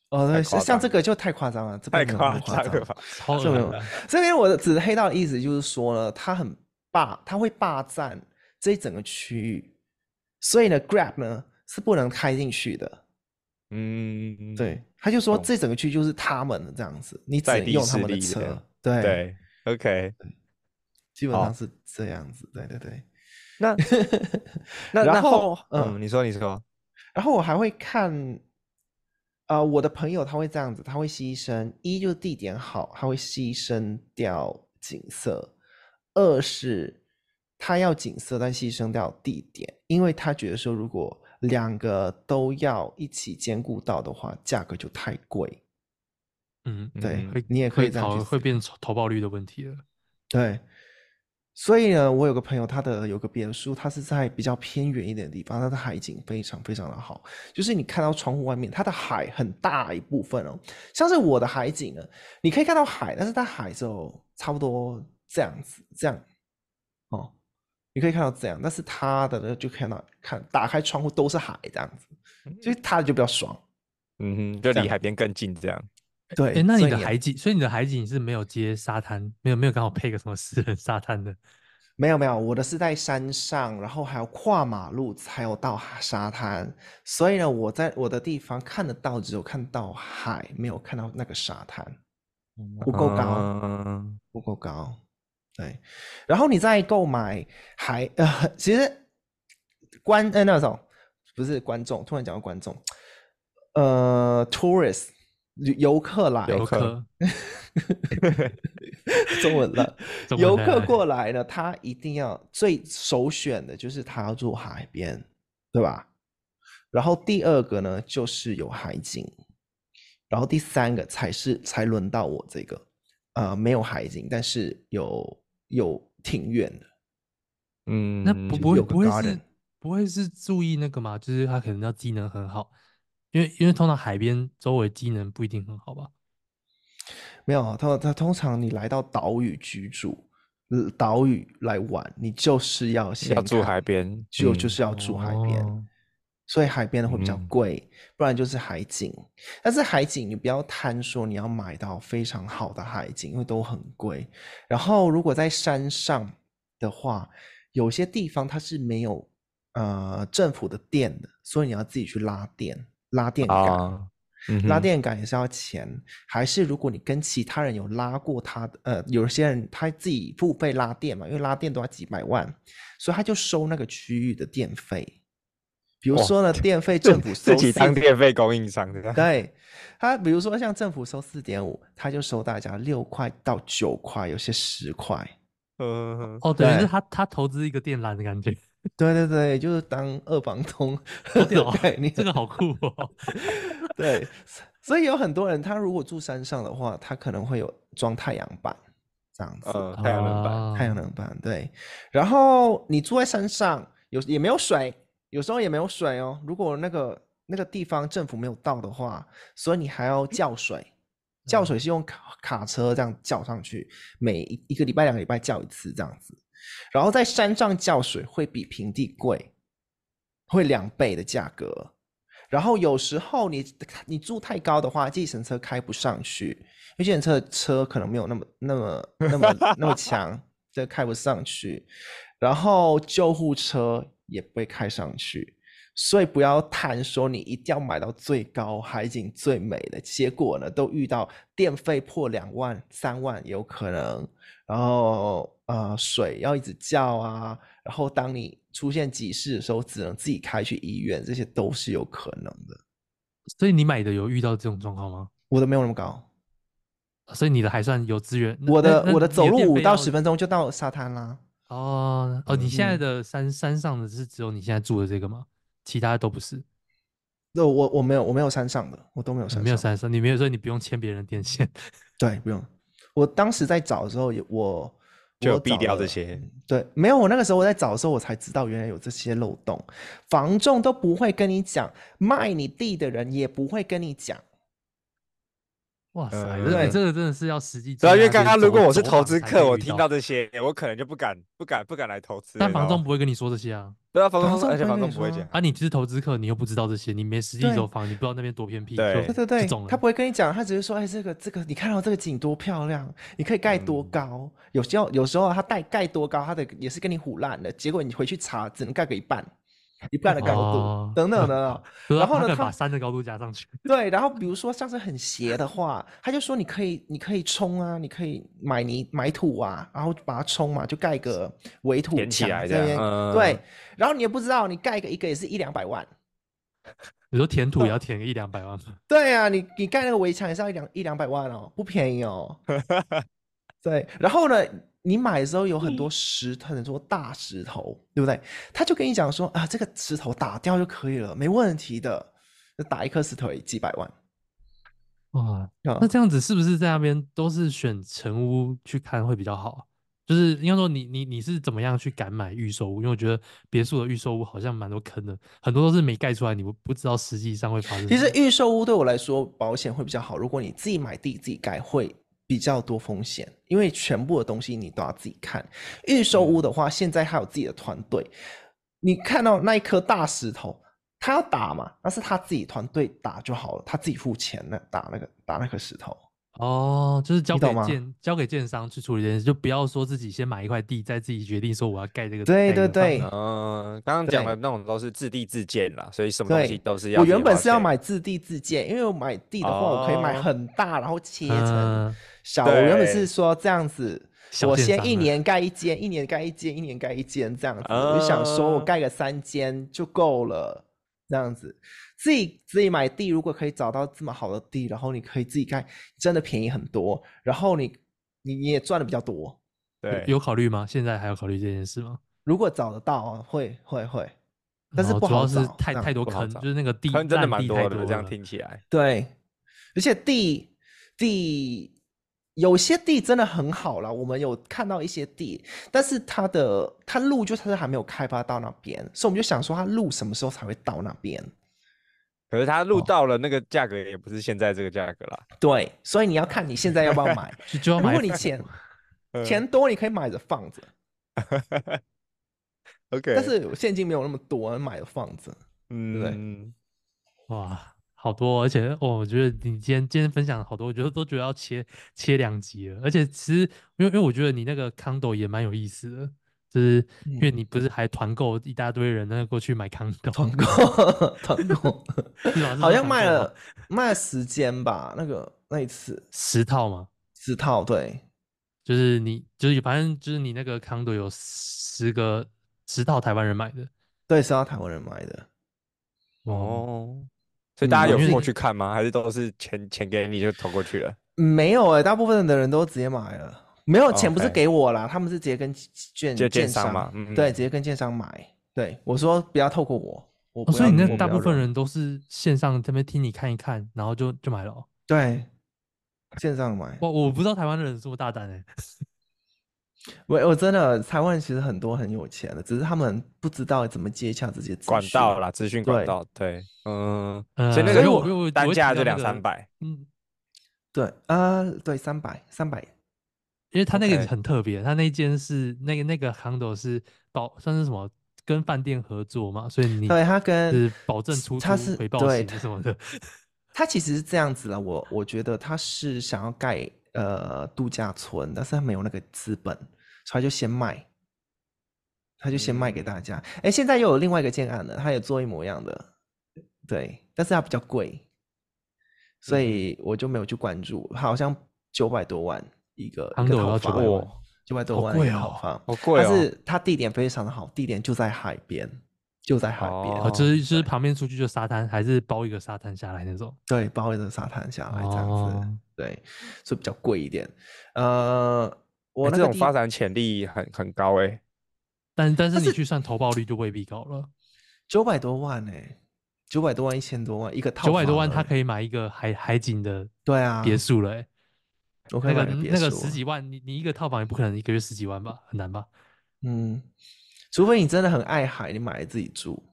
[SPEAKER 1] 哦，
[SPEAKER 2] 太
[SPEAKER 1] 对，
[SPEAKER 2] 夸
[SPEAKER 1] 像像
[SPEAKER 2] 张
[SPEAKER 1] 这个就太夸张了，这
[SPEAKER 2] 太
[SPEAKER 1] 边没有那么
[SPEAKER 2] 夸
[SPEAKER 1] 嗯夸
[SPEAKER 2] 张了
[SPEAKER 1] 张。
[SPEAKER 2] 吧？
[SPEAKER 3] 超
[SPEAKER 1] 这没
[SPEAKER 3] 恶
[SPEAKER 1] 有，这边我的指的黑道的意思就是说呢，他很霸，他会霸占这一整个区域，所以呢，Grab 呢是不能开进去的。
[SPEAKER 2] 嗯，
[SPEAKER 1] 对，他就说
[SPEAKER 2] 懂
[SPEAKER 1] 这整个区就是他们的这样子，你只
[SPEAKER 2] 在
[SPEAKER 1] 能
[SPEAKER 2] 地
[SPEAKER 1] 用他
[SPEAKER 2] 势
[SPEAKER 1] 们的
[SPEAKER 2] 力的
[SPEAKER 1] 车。对，
[SPEAKER 2] 对，OK，
[SPEAKER 1] 基本上
[SPEAKER 2] 好
[SPEAKER 1] 是这样子。对对对。
[SPEAKER 2] 那 那
[SPEAKER 1] 然
[SPEAKER 2] 那
[SPEAKER 1] 后嗯
[SPEAKER 2] 嗯，你说你说，
[SPEAKER 1] 然后我还会看，呃，我的朋友他会这样子，他会牺牲，一就是地点好，他会牺牲掉景色；二是他要景色，但牺牲掉地点，因为他觉得说，如果两个都要一起兼顾到的话，价格就太贵。
[SPEAKER 3] 嗯，
[SPEAKER 1] 对
[SPEAKER 2] 嗯
[SPEAKER 3] 会
[SPEAKER 1] 你也可
[SPEAKER 3] 会
[SPEAKER 1] 以这样
[SPEAKER 3] 考
[SPEAKER 1] 去
[SPEAKER 3] 会
[SPEAKER 1] 思
[SPEAKER 3] 变成投报率的问题了。
[SPEAKER 1] 对，所以呢，我有个朋友，他的有个别墅，他是在比较偏远一点的地方，他的海景非常非常的好，就是你看到窗户外面，它的海很大一部分哦，像是我的海景呢，你可以看到海，但是它海就差不多这样子，这样，哦，你可以看到这样，但是他的呢就看到看打开窗户都是海这样子，
[SPEAKER 3] 嗯
[SPEAKER 1] 所以他就比较爽，
[SPEAKER 2] 嗯哼，
[SPEAKER 1] 这
[SPEAKER 2] 就离
[SPEAKER 1] 样
[SPEAKER 2] 海边更近这样。
[SPEAKER 1] 对，
[SPEAKER 3] 哎，那
[SPEAKER 1] 所
[SPEAKER 3] 你
[SPEAKER 1] 以
[SPEAKER 3] 的
[SPEAKER 1] 要
[SPEAKER 3] 海景，所以你的海景是没有接沙滩，没有没有刚好配个什么私人沙滩的，
[SPEAKER 1] 没有没有，我的是在山上，然后还要跨马路才有到哈沙滩，所以呢，我在我的地方看得到，只有看到海，没有看到那个沙滩， 不够高，啊
[SPEAKER 2] 嗯
[SPEAKER 1] 不够高。对，然后你再购买还呃，其实观呃那种不是观众，突然讲到观众，呃，tourist 旅游客来，
[SPEAKER 2] 游
[SPEAKER 3] 游
[SPEAKER 2] 客
[SPEAKER 3] 客，
[SPEAKER 1] 中文了
[SPEAKER 3] 中文
[SPEAKER 1] 游
[SPEAKER 3] 了
[SPEAKER 1] 客
[SPEAKER 3] 哎
[SPEAKER 1] 过来呢，他一定要最首选的就是他要住海边，对吧？然后第二个呢，就是有海景，然后第三个才是才轮到我这个，呃，没有海景，但是有有庭院的，
[SPEAKER 2] 嗯，
[SPEAKER 3] 那不
[SPEAKER 1] 就
[SPEAKER 3] 不会
[SPEAKER 1] 有个
[SPEAKER 3] 不会是
[SPEAKER 1] garden
[SPEAKER 3] 不会是注意那个嘛？就是他可能要机能很好，因为因为通常海边周围机能不一定很好吧？
[SPEAKER 1] 没有，他他通常你来到岛屿居住，呃岛屿来玩，你就是要先
[SPEAKER 2] 要住
[SPEAKER 1] 看
[SPEAKER 2] 海边，
[SPEAKER 1] 就
[SPEAKER 2] 嗯
[SPEAKER 1] 就是要住海边。
[SPEAKER 3] 哦
[SPEAKER 1] 所以海边的会比较
[SPEAKER 2] 嗯
[SPEAKER 1] 贵，不然就是海景。但是海景你不要贪说你要买到非常好的海景，因为都很贵。然后如果在山上的话，有些地方它是没有呃政府的电的，所以你要自己去拉电，拉电杆。
[SPEAKER 2] 啊，嗯
[SPEAKER 1] 拉
[SPEAKER 2] 哼
[SPEAKER 1] 电杆也是要钱，还是如果你跟其他人有拉过他的，呃，有些人他自己付费拉电嘛，因为拉电都要几百万，所以他就收那个区域的电费。比如
[SPEAKER 2] 哇
[SPEAKER 1] 说呢，电费政府收
[SPEAKER 2] 自己当
[SPEAKER 1] 4
[SPEAKER 2] 电费供应商这样。
[SPEAKER 1] 对，他比如说像政府收四点五，他就收大家六块到九块，有些十块。
[SPEAKER 2] 嗯，
[SPEAKER 3] 哦，等于是
[SPEAKER 1] 对
[SPEAKER 3] 他他投资一个电缆的感觉，
[SPEAKER 1] 对对对，就是当二房东
[SPEAKER 3] 好屌哦
[SPEAKER 1] 的概念
[SPEAKER 3] 这。个好酷哦！
[SPEAKER 1] 对，所以有很多人他如果住山上的话，他可能会有装太阳板这样子。
[SPEAKER 2] 呃，太阳能板，
[SPEAKER 3] 啊
[SPEAKER 1] 太阳能板对，然后你住在山上，有也没有水，有时候也没有水哦。如果那个那个地方政府没有到的话，所以你还要叫水，叫水是用卡卡车这样叫上去，每一一个礼拜两个礼拜叫一次这样子。然后在山上叫水会比平地贵，会两倍的价格。然后有时候你你住太高的话，计程车开不上去，因为计程车的车可能没有那么那 么那么那么强，这开不上去。然后救护车也不会开上去，所以不要贪说你一定要买到最高、海景最美的，结果呢都遇到电费破两万、三万有可能，然后呃水要一直叫啊，然后当你出现急事的时候，只能自己开去医院，这些都是有可能的。
[SPEAKER 3] 所以你买的有遇到这种状况吗？
[SPEAKER 1] 我的没有那么高，
[SPEAKER 3] 所以你的还算有资源。那
[SPEAKER 1] 我的
[SPEAKER 3] 那
[SPEAKER 1] 我的
[SPEAKER 3] 你
[SPEAKER 1] 走路
[SPEAKER 3] 电
[SPEAKER 1] 五
[SPEAKER 3] 费
[SPEAKER 1] 到
[SPEAKER 3] 要
[SPEAKER 1] 十分钟就到沙滩啦。
[SPEAKER 3] 哦哦，你现在
[SPEAKER 1] 嗯
[SPEAKER 3] 的山山上的是只有你现在住的这个吗？其他都不是，
[SPEAKER 1] 那我我没有我没有山上的，我都没有山上，
[SPEAKER 3] 你没有山上，你没有说你不用牵别人的电线。
[SPEAKER 1] 对，不用。我当时在找的时候也，我
[SPEAKER 2] 就有
[SPEAKER 1] 我
[SPEAKER 2] 避
[SPEAKER 1] 找
[SPEAKER 2] 掉这
[SPEAKER 1] 了嗯
[SPEAKER 2] 些
[SPEAKER 1] 对，没有。我那个时候我在找的时候，我才知道原来有这些漏洞，房仲都不会跟你讲，卖你地的人也不会跟你讲。
[SPEAKER 3] 哇塞，
[SPEAKER 2] 呃
[SPEAKER 3] 这个
[SPEAKER 1] 对
[SPEAKER 3] 这个真的是要实际
[SPEAKER 2] 对
[SPEAKER 3] 见
[SPEAKER 2] 啊，
[SPEAKER 3] 他
[SPEAKER 2] 因为
[SPEAKER 3] 这个走。
[SPEAKER 2] 刚刚如果我是投
[SPEAKER 3] 走访
[SPEAKER 2] 资
[SPEAKER 3] 才
[SPEAKER 2] 客，
[SPEAKER 3] 会
[SPEAKER 2] 我
[SPEAKER 3] 遇
[SPEAKER 2] 听
[SPEAKER 3] 到
[SPEAKER 2] 到哦这些，我可能就不敢、不敢、不敢来投资了。
[SPEAKER 3] 但房
[SPEAKER 2] 你知道
[SPEAKER 3] 东
[SPEAKER 2] 吗
[SPEAKER 3] 不会跟你说这些啊。
[SPEAKER 2] 对啊，房
[SPEAKER 1] 房
[SPEAKER 2] 东
[SPEAKER 1] 东
[SPEAKER 2] 而且
[SPEAKER 1] 不会
[SPEAKER 2] 房
[SPEAKER 1] 跟
[SPEAKER 2] 东
[SPEAKER 1] 你
[SPEAKER 2] 不会
[SPEAKER 1] 说啊
[SPEAKER 2] 讲，
[SPEAKER 3] 啊，你只是投资客，你又不知道这些，你没实际
[SPEAKER 1] 对
[SPEAKER 3] 走访，你不知道那边多偏僻。
[SPEAKER 1] 对
[SPEAKER 2] 对
[SPEAKER 3] 就
[SPEAKER 1] 对
[SPEAKER 3] 这
[SPEAKER 1] 对
[SPEAKER 3] 种，
[SPEAKER 1] 他
[SPEAKER 3] 人
[SPEAKER 1] 不会跟你讲，他只是说，哎，这个这个，你看到这个景多漂亮，你可以盖多
[SPEAKER 2] 嗯
[SPEAKER 1] 高。有时候有时候他盖盖多高，他的也是跟你唬烂的，结果你回去查，只能盖个一半，一半的高度，
[SPEAKER 3] 哦
[SPEAKER 1] 等 等等等。
[SPEAKER 3] 就是
[SPEAKER 1] 然
[SPEAKER 3] 他
[SPEAKER 1] 后
[SPEAKER 3] 他
[SPEAKER 1] 呢
[SPEAKER 3] 可能
[SPEAKER 1] 他
[SPEAKER 3] 把山的高度加上去。
[SPEAKER 1] 对，然后比如说上次很斜的话，他就说你可以，你可以冲啊，你可以买泥买土啊，然后把它冲嘛，就盖个围土
[SPEAKER 2] 填起
[SPEAKER 1] 墙
[SPEAKER 2] 来
[SPEAKER 1] 这
[SPEAKER 2] 这样
[SPEAKER 1] 边，
[SPEAKER 2] 嗯
[SPEAKER 1] 对，然后你也不知道，你盖个一个也是一两百万，
[SPEAKER 3] 你说填土也要填个一两百万吗？
[SPEAKER 1] 对啊，你你盖那个围墙也是要一两一两百万哦，不便宜 哦。对，然后呢，你买的时候有很多石头，很多大石头，对不对？他就跟你讲说啊，这个石头打掉就可以了，没问题的，就打一颗石头也几百万
[SPEAKER 3] 哇，
[SPEAKER 1] 啊
[SPEAKER 3] 那。这样子是不是在那边都是选成屋去看会比较好啊？就是应该说你你你是怎么样去敢买预售屋？因为我觉得别墅的预售屋好像蛮多坑的，很多都是没盖出来，你不不知道实际上会发生什
[SPEAKER 1] 其
[SPEAKER 3] 么。
[SPEAKER 1] 实预售屋对我来说保险会比较好，如果你自己买地自己盖会比较多风险，因为全部的东西你都要自己看。预售屋的话，现在还有自己的团队，你看到那一颗大石头，他要打嘛，但是他自己团队打就好了，他自己付钱那打那个打那颗石头。
[SPEAKER 3] 哦，就是交
[SPEAKER 1] 你懂
[SPEAKER 3] 给
[SPEAKER 1] 吗
[SPEAKER 3] 建交给建商去处理这件事，就不要说自己先买一块地，再自己决定说我要盖这个。
[SPEAKER 1] 对
[SPEAKER 3] 盖这
[SPEAKER 1] 对
[SPEAKER 3] 个
[SPEAKER 1] 对
[SPEAKER 3] 房子
[SPEAKER 2] 嗯，刚刚讲
[SPEAKER 1] 对
[SPEAKER 2] 的那种都是自地自建啦，所以什么东
[SPEAKER 1] 对，
[SPEAKER 2] 西都是要。
[SPEAKER 1] 我原本是要买，自地自建，因为我买地的话，我可以买
[SPEAKER 2] 哦
[SPEAKER 1] 很大，然后切成
[SPEAKER 3] 嗯，
[SPEAKER 1] 小。我原本
[SPEAKER 2] 对
[SPEAKER 1] 是说这样子，
[SPEAKER 3] 小
[SPEAKER 1] 我
[SPEAKER 3] 建
[SPEAKER 1] 先
[SPEAKER 3] 商
[SPEAKER 1] 一
[SPEAKER 3] 啊
[SPEAKER 1] 年盖一间，一年盖一间，一年盖一间这样子。我就想说，我
[SPEAKER 2] 啊
[SPEAKER 1] 盖个三间就够了，这样子。自己自己买地，如果可以找到这么好的地，然后你可以自己盖，真的便宜很多，然后你你你也赚的比较多。
[SPEAKER 2] 对，
[SPEAKER 3] 有考虑吗？现在还有考虑这件事吗？
[SPEAKER 1] 如果找得到啊，会会会，但
[SPEAKER 3] 然
[SPEAKER 1] 是
[SPEAKER 3] 后
[SPEAKER 1] 不
[SPEAKER 3] 哦主要
[SPEAKER 1] 好
[SPEAKER 3] 是
[SPEAKER 1] 找
[SPEAKER 3] 太
[SPEAKER 1] 这样
[SPEAKER 3] 太多
[SPEAKER 2] 不好
[SPEAKER 3] 坑，
[SPEAKER 2] 找
[SPEAKER 3] 就是那个地
[SPEAKER 2] 可能真的
[SPEAKER 3] 烂
[SPEAKER 2] 蛮
[SPEAKER 3] 地
[SPEAKER 2] 多
[SPEAKER 3] 太
[SPEAKER 2] 的，这样
[SPEAKER 3] 了
[SPEAKER 2] 听起来。
[SPEAKER 1] 对，而且地地有些地真的很好啦，我们有看到一些地，但是它的它路就是它还没有开发到那边，所以我们就想说它路什么时候才会到那边？
[SPEAKER 2] 可是他
[SPEAKER 1] 哦
[SPEAKER 2] 录到了那个价格，也不是现在这个价格啦。
[SPEAKER 1] 对，所以你要看你现在要不要买。
[SPEAKER 3] 就就要
[SPEAKER 1] 如
[SPEAKER 3] 买
[SPEAKER 1] 果你
[SPEAKER 3] 房
[SPEAKER 1] 钱
[SPEAKER 2] 嗯
[SPEAKER 1] 钱多，你可以买着放着，
[SPEAKER 2] OK，
[SPEAKER 1] 但是我现金没有那么多，买着放着。对
[SPEAKER 2] 嗯，
[SPEAKER 3] 哇，好多，而且哦，我觉得你今天今天分享好多，我觉得都觉得要切切两集了。而且其实，因为因为我觉得你那个 condo 也蛮有意思的，就是因为
[SPEAKER 1] 嗯
[SPEAKER 3] 你不是还团购一大堆人那个过去买 condo，
[SPEAKER 1] 团 购，团购，
[SPEAKER 3] 是吧 是
[SPEAKER 1] 好
[SPEAKER 3] 说
[SPEAKER 1] 像
[SPEAKER 3] 团
[SPEAKER 1] 卖
[SPEAKER 3] 购吗
[SPEAKER 1] 了卖了十间吧，那个那一次
[SPEAKER 3] 十套嘛，
[SPEAKER 1] 十套，对，
[SPEAKER 3] 就是你就是反正就是你那个 condo 有十个十套台湾人买的
[SPEAKER 1] 对，是要台湾人买的。
[SPEAKER 3] 哦。
[SPEAKER 2] 哦，所以
[SPEAKER 1] 嗯
[SPEAKER 2] 大家
[SPEAKER 3] 我觉
[SPEAKER 2] 有
[SPEAKER 3] 得
[SPEAKER 2] 空
[SPEAKER 3] 你
[SPEAKER 2] 去看吗？还是都是钱钱给你就投过去了？
[SPEAKER 1] 没有哎、大部分的人都直接买了，没有钱不是
[SPEAKER 2] OK
[SPEAKER 1] 给我啦，他们是直接跟券
[SPEAKER 2] 就
[SPEAKER 1] 券
[SPEAKER 2] 建商嘛嗯
[SPEAKER 1] 对，
[SPEAKER 2] 嗯
[SPEAKER 1] 直接跟建商买。对，我说不要透过我，我
[SPEAKER 3] 哦
[SPEAKER 1] 不
[SPEAKER 3] 所
[SPEAKER 1] 要
[SPEAKER 3] 以你
[SPEAKER 1] 你
[SPEAKER 3] 那
[SPEAKER 1] 我
[SPEAKER 3] 大
[SPEAKER 1] 不
[SPEAKER 3] 部
[SPEAKER 1] 要
[SPEAKER 3] 分
[SPEAKER 1] 人
[SPEAKER 3] 人都是线上这边听你看一看，然后就就买了哦、
[SPEAKER 1] 对线上买，
[SPEAKER 3] 哇，我不知道台湾的人这么大胆哎、
[SPEAKER 1] 我我真的台湾其实很多很有钱的，只是他们不知道怎么接洽这些资
[SPEAKER 2] 管
[SPEAKER 1] 讯
[SPEAKER 2] 道啦，资讯管
[SPEAKER 1] 对
[SPEAKER 2] 道，对，嗯，
[SPEAKER 3] 呃
[SPEAKER 2] 所以那
[SPEAKER 3] 因为
[SPEAKER 2] 个
[SPEAKER 3] 我因为我
[SPEAKER 2] 单
[SPEAKER 3] 我
[SPEAKER 2] 价就
[SPEAKER 3] 只要那
[SPEAKER 2] 两三
[SPEAKER 3] 个
[SPEAKER 2] 百，
[SPEAKER 3] 嗯，
[SPEAKER 1] 对啊、对，三百三百，
[SPEAKER 3] 因为他那个
[SPEAKER 2] OK
[SPEAKER 3] 很特别，他那间是那个那个 condo 是保算是什么跟饭店合作嘛，所以你
[SPEAKER 1] 对他跟
[SPEAKER 3] 是保证出
[SPEAKER 1] 他
[SPEAKER 3] 租
[SPEAKER 1] 是
[SPEAKER 3] 回报
[SPEAKER 1] 对
[SPEAKER 3] 型
[SPEAKER 1] 他
[SPEAKER 3] 什么的，
[SPEAKER 1] 他其实是这样子啦，我我觉得他是想要盖呃度假村，但是他没有那个资本，所以他就先卖，他就先卖给
[SPEAKER 2] 嗯
[SPEAKER 1] 大家。哎、现在又有另外一个建案了，他也做一模一样的，对，但是它比较贵，所
[SPEAKER 2] 嗯
[SPEAKER 1] 以我就没有去关注，好像九百多万一个一
[SPEAKER 3] Condo
[SPEAKER 1] 个
[SPEAKER 3] 要
[SPEAKER 1] 套房
[SPEAKER 3] 900万
[SPEAKER 2] 哇，
[SPEAKER 1] 九百多
[SPEAKER 3] 好
[SPEAKER 1] 万一个
[SPEAKER 3] 贵
[SPEAKER 1] 套
[SPEAKER 3] 哦
[SPEAKER 1] 房，
[SPEAKER 2] 好贵
[SPEAKER 1] 但
[SPEAKER 2] 哦，
[SPEAKER 1] 是它地点非常的好，地点就在海边，就在海边，
[SPEAKER 3] 哦，
[SPEAKER 2] 哦
[SPEAKER 3] 就是就是旁边出去就沙滩，还是包一个沙滩下来那种。
[SPEAKER 1] 对，包一个沙滩下来这样子，
[SPEAKER 3] 哦
[SPEAKER 1] 对，所以比较贵一点。呃，我
[SPEAKER 2] 欸
[SPEAKER 1] 那
[SPEAKER 2] 这
[SPEAKER 1] 个
[SPEAKER 2] 种
[SPEAKER 1] 地
[SPEAKER 2] 发展潜力很很高哎，
[SPEAKER 3] 但但是
[SPEAKER 1] 但
[SPEAKER 3] 你
[SPEAKER 1] 是
[SPEAKER 3] 去算投报率就未必高了，
[SPEAKER 1] 九百多万呢、欸，九百多万一千多万一个套
[SPEAKER 3] 九
[SPEAKER 1] 房而
[SPEAKER 3] 百
[SPEAKER 1] 已，
[SPEAKER 3] 多万他可
[SPEAKER 1] 以
[SPEAKER 3] 以买一个海海景的
[SPEAKER 1] 对啊，
[SPEAKER 3] 别墅了、欸，
[SPEAKER 1] 我可
[SPEAKER 3] 那
[SPEAKER 1] 以
[SPEAKER 3] 个
[SPEAKER 1] 买别
[SPEAKER 3] 那
[SPEAKER 1] 墅、啊
[SPEAKER 3] 个十几万，你你一个套房也不可能一个月十几万吧，很难吧？
[SPEAKER 1] 嗯，除非你真的很爱海，你买来自己住，
[SPEAKER 3] 嗯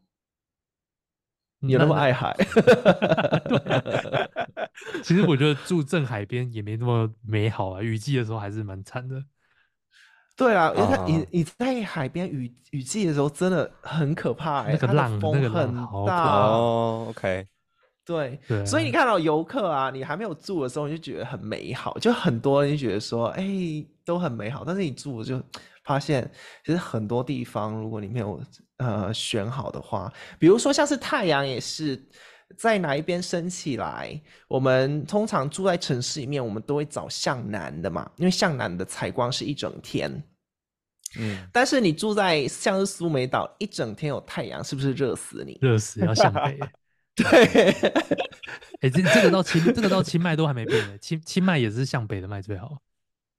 [SPEAKER 1] 你有那么爱 海？
[SPEAKER 3] 其实我觉得住正海边也没那么美好啊，雨季的时候还是蛮惨的。
[SPEAKER 1] 对啊，因为
[SPEAKER 3] 哦
[SPEAKER 1] 它
[SPEAKER 2] 啊
[SPEAKER 1] 你你在海边雨雨季的时候真的很可怕、欸，
[SPEAKER 3] 那个
[SPEAKER 1] 它
[SPEAKER 3] 浪
[SPEAKER 1] 的
[SPEAKER 3] 那
[SPEAKER 1] 风
[SPEAKER 3] 个浪
[SPEAKER 1] 很
[SPEAKER 3] 好
[SPEAKER 1] 大，
[SPEAKER 3] 可怕
[SPEAKER 2] 哦，OK，
[SPEAKER 1] 对，
[SPEAKER 3] 对
[SPEAKER 1] 所以你
[SPEAKER 3] 啊
[SPEAKER 1] 看到游客啊，你还没有住的时候，你就觉得很美好，就很多人就觉得说，哎、都很美好。但是你住了就发现，其实很多地方，如果你没有呃选好的话，比如说像是太阳也是在哪一边升起来，我们通常住在城市里面，我们都会找向南的嘛，因为向南的采光是一整天。
[SPEAKER 2] 嗯，
[SPEAKER 1] 但是你住在像是苏梅岛，一整天有太阳，是不是热死你？
[SPEAKER 3] 热死要向北欸、
[SPEAKER 1] 对。
[SPEAKER 3] 哎、这这个到清这个到清迈都还没变呢、清清迈也是向北的卖最好。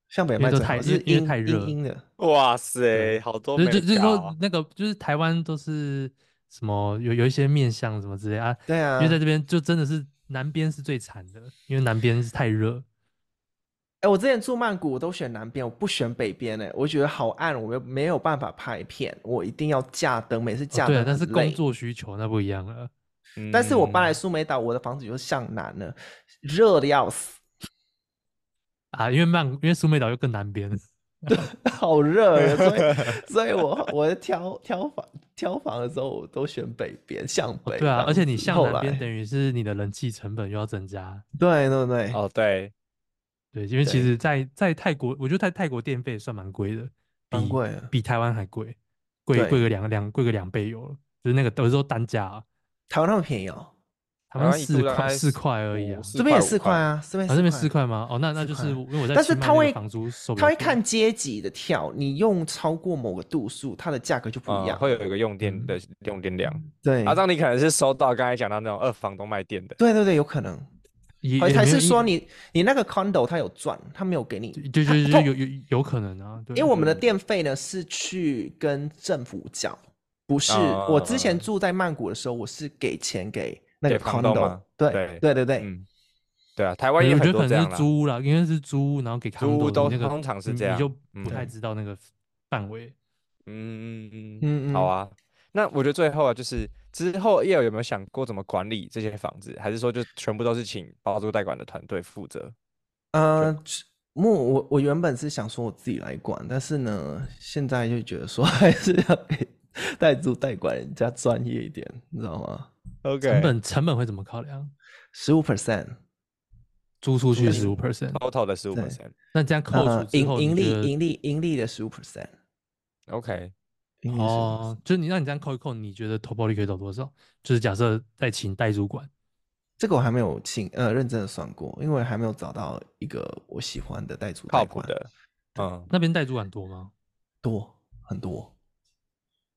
[SPEAKER 1] 向北
[SPEAKER 3] 因为
[SPEAKER 1] 卖
[SPEAKER 3] 都
[SPEAKER 1] 最
[SPEAKER 3] 太
[SPEAKER 1] 好，
[SPEAKER 3] 因
[SPEAKER 1] 是
[SPEAKER 3] 为因为
[SPEAKER 1] 阴
[SPEAKER 3] 太热
[SPEAKER 1] 阴阴的。
[SPEAKER 2] 哇
[SPEAKER 3] 对
[SPEAKER 2] 塞，好多
[SPEAKER 3] 就
[SPEAKER 2] 美
[SPEAKER 3] 就就是
[SPEAKER 2] 感
[SPEAKER 3] 说
[SPEAKER 2] 哦
[SPEAKER 3] 那个就是台湾都是什么有有一些面相什么之类啊，
[SPEAKER 1] 对啊，
[SPEAKER 3] 因为在这边就真的是南边是最惨的，因为南边是太热。
[SPEAKER 1] 哎、我之前住曼谷，我都选南边，我不选北边呢、我觉得好暗，我没有没有办法拍片，我一定要架灯，每次
[SPEAKER 3] 哦、
[SPEAKER 1] 架
[SPEAKER 3] 对
[SPEAKER 1] 灯、
[SPEAKER 3] 啊，但是工。作需求那不一样了。
[SPEAKER 1] 但是我搬来
[SPEAKER 2] 嗯
[SPEAKER 1] 苏梅岛，我的房子就向南了，热的要死，
[SPEAKER 3] 啊，因为曼因为苏梅岛又更南边，
[SPEAKER 1] 好热啊，所以 所以我我在挑挑房挑房的时候，我都选北边向北、
[SPEAKER 3] 对啊，而且你向南边
[SPEAKER 1] 于
[SPEAKER 3] 等于是你的人气成本又要增加，
[SPEAKER 1] 对对对，
[SPEAKER 2] 哦，对，
[SPEAKER 3] 对，因为其
[SPEAKER 1] 对
[SPEAKER 3] 实在，在泰国，我觉得在泰国电费算蛮贵的，
[SPEAKER 1] 蛮
[SPEAKER 3] 比
[SPEAKER 1] 贵的
[SPEAKER 3] 比台湾还贵，贵
[SPEAKER 1] 对
[SPEAKER 3] 贵个两两贵个两倍有了，就是那个有时候单价、啊，
[SPEAKER 1] 台湾那么便宜哦，
[SPEAKER 3] 他
[SPEAKER 2] 台
[SPEAKER 3] 们
[SPEAKER 2] 湾一
[SPEAKER 3] 四
[SPEAKER 2] 度大
[SPEAKER 3] 块
[SPEAKER 2] 概
[SPEAKER 3] 四
[SPEAKER 2] 四
[SPEAKER 3] 块而已啊
[SPEAKER 2] 五，四
[SPEAKER 1] 这边也
[SPEAKER 2] 块五
[SPEAKER 1] 四块啊，这边
[SPEAKER 3] 啊这边四块吗？哦，那那
[SPEAKER 1] 四
[SPEAKER 3] 就是
[SPEAKER 1] 块
[SPEAKER 3] 因为我在
[SPEAKER 1] 但
[SPEAKER 3] 清
[SPEAKER 1] 是
[SPEAKER 3] 迈
[SPEAKER 1] 他
[SPEAKER 3] 那个
[SPEAKER 1] 会
[SPEAKER 3] 房租收比
[SPEAKER 1] 他
[SPEAKER 3] 较
[SPEAKER 1] 会
[SPEAKER 3] 贵
[SPEAKER 1] 看阶级的跳，你用超过某个度数，它的价格就不一
[SPEAKER 2] 嗯，
[SPEAKER 1] 样。嗯
[SPEAKER 2] 会有一个啊用电的
[SPEAKER 3] 嗯
[SPEAKER 2] 用电量。
[SPEAKER 1] 对，
[SPEAKER 2] 阿张，你可能是收到刚才讲到那种二房东卖电的，
[SPEAKER 1] 对对对，有可能。
[SPEAKER 3] 也
[SPEAKER 1] 而
[SPEAKER 3] 也
[SPEAKER 1] 还
[SPEAKER 3] 没有
[SPEAKER 1] 是
[SPEAKER 3] 因
[SPEAKER 1] 说你你那个 condo 它有赚，它没有给你，
[SPEAKER 3] 就就
[SPEAKER 1] 它
[SPEAKER 3] 就
[SPEAKER 1] 它
[SPEAKER 3] 有有有可能啊，对，
[SPEAKER 1] 因为我们的电费呢是去跟政府缴，不是、
[SPEAKER 2] 啊
[SPEAKER 1] 我之前住在曼谷的时候，我是给钱给那
[SPEAKER 2] 给
[SPEAKER 1] 个
[SPEAKER 2] 房东
[SPEAKER 1] condo，
[SPEAKER 2] 嘛
[SPEAKER 1] 对
[SPEAKER 2] 对
[SPEAKER 1] 对对对，
[SPEAKER 2] 嗯，对啊，台
[SPEAKER 3] 我
[SPEAKER 2] 湾也
[SPEAKER 3] 觉
[SPEAKER 2] 很
[SPEAKER 3] 得
[SPEAKER 2] 多
[SPEAKER 3] 可
[SPEAKER 2] 这
[SPEAKER 3] 能
[SPEAKER 2] 样
[SPEAKER 3] 是
[SPEAKER 2] 啦。
[SPEAKER 3] 租屋啦，因为是租屋，然后给看
[SPEAKER 2] 租屋都
[SPEAKER 3] 那个
[SPEAKER 2] 通常是
[SPEAKER 3] 你
[SPEAKER 2] 这
[SPEAKER 3] 你就
[SPEAKER 2] 样
[SPEAKER 3] 不太
[SPEAKER 2] 嗯
[SPEAKER 3] 知道那个范围。
[SPEAKER 2] 嗯
[SPEAKER 1] 嗯
[SPEAKER 2] 好
[SPEAKER 1] 嗯
[SPEAKER 2] 啊。那我觉得最后啊，就是之后业友有没有想过怎么管理这些房子，还是说就全部都是请包租代管的团队负责？
[SPEAKER 1] 呃，木我我原本是想说我自己来管，但是呢，现在就觉得说 还是要给代租代管人家专业一点，你知道吗？
[SPEAKER 3] 成本成本会怎么考量？
[SPEAKER 1] 十五 percent，
[SPEAKER 3] 租出去
[SPEAKER 1] 对
[SPEAKER 3] 十五 percent，
[SPEAKER 2] ，total 的十五
[SPEAKER 1] 对
[SPEAKER 2] percent。
[SPEAKER 3] 那这样扣
[SPEAKER 1] 呃
[SPEAKER 3] 除，之
[SPEAKER 1] 盈
[SPEAKER 3] 后，
[SPEAKER 1] 盈
[SPEAKER 3] 你觉
[SPEAKER 1] 利
[SPEAKER 3] 得
[SPEAKER 1] 盈利盈利的十五 percent，
[SPEAKER 2] OK，
[SPEAKER 3] 哦，就是你让你这样扣一扣，你觉得投报率可以到多少？就是假设再请代主管，
[SPEAKER 1] 这个我还没有请呃认真的算过，因为还没有找到一个我喜欢的代租代
[SPEAKER 2] 靠谱
[SPEAKER 1] 管，
[SPEAKER 2] 的，嗯，
[SPEAKER 3] 那边代主管多吗？
[SPEAKER 1] 多很多。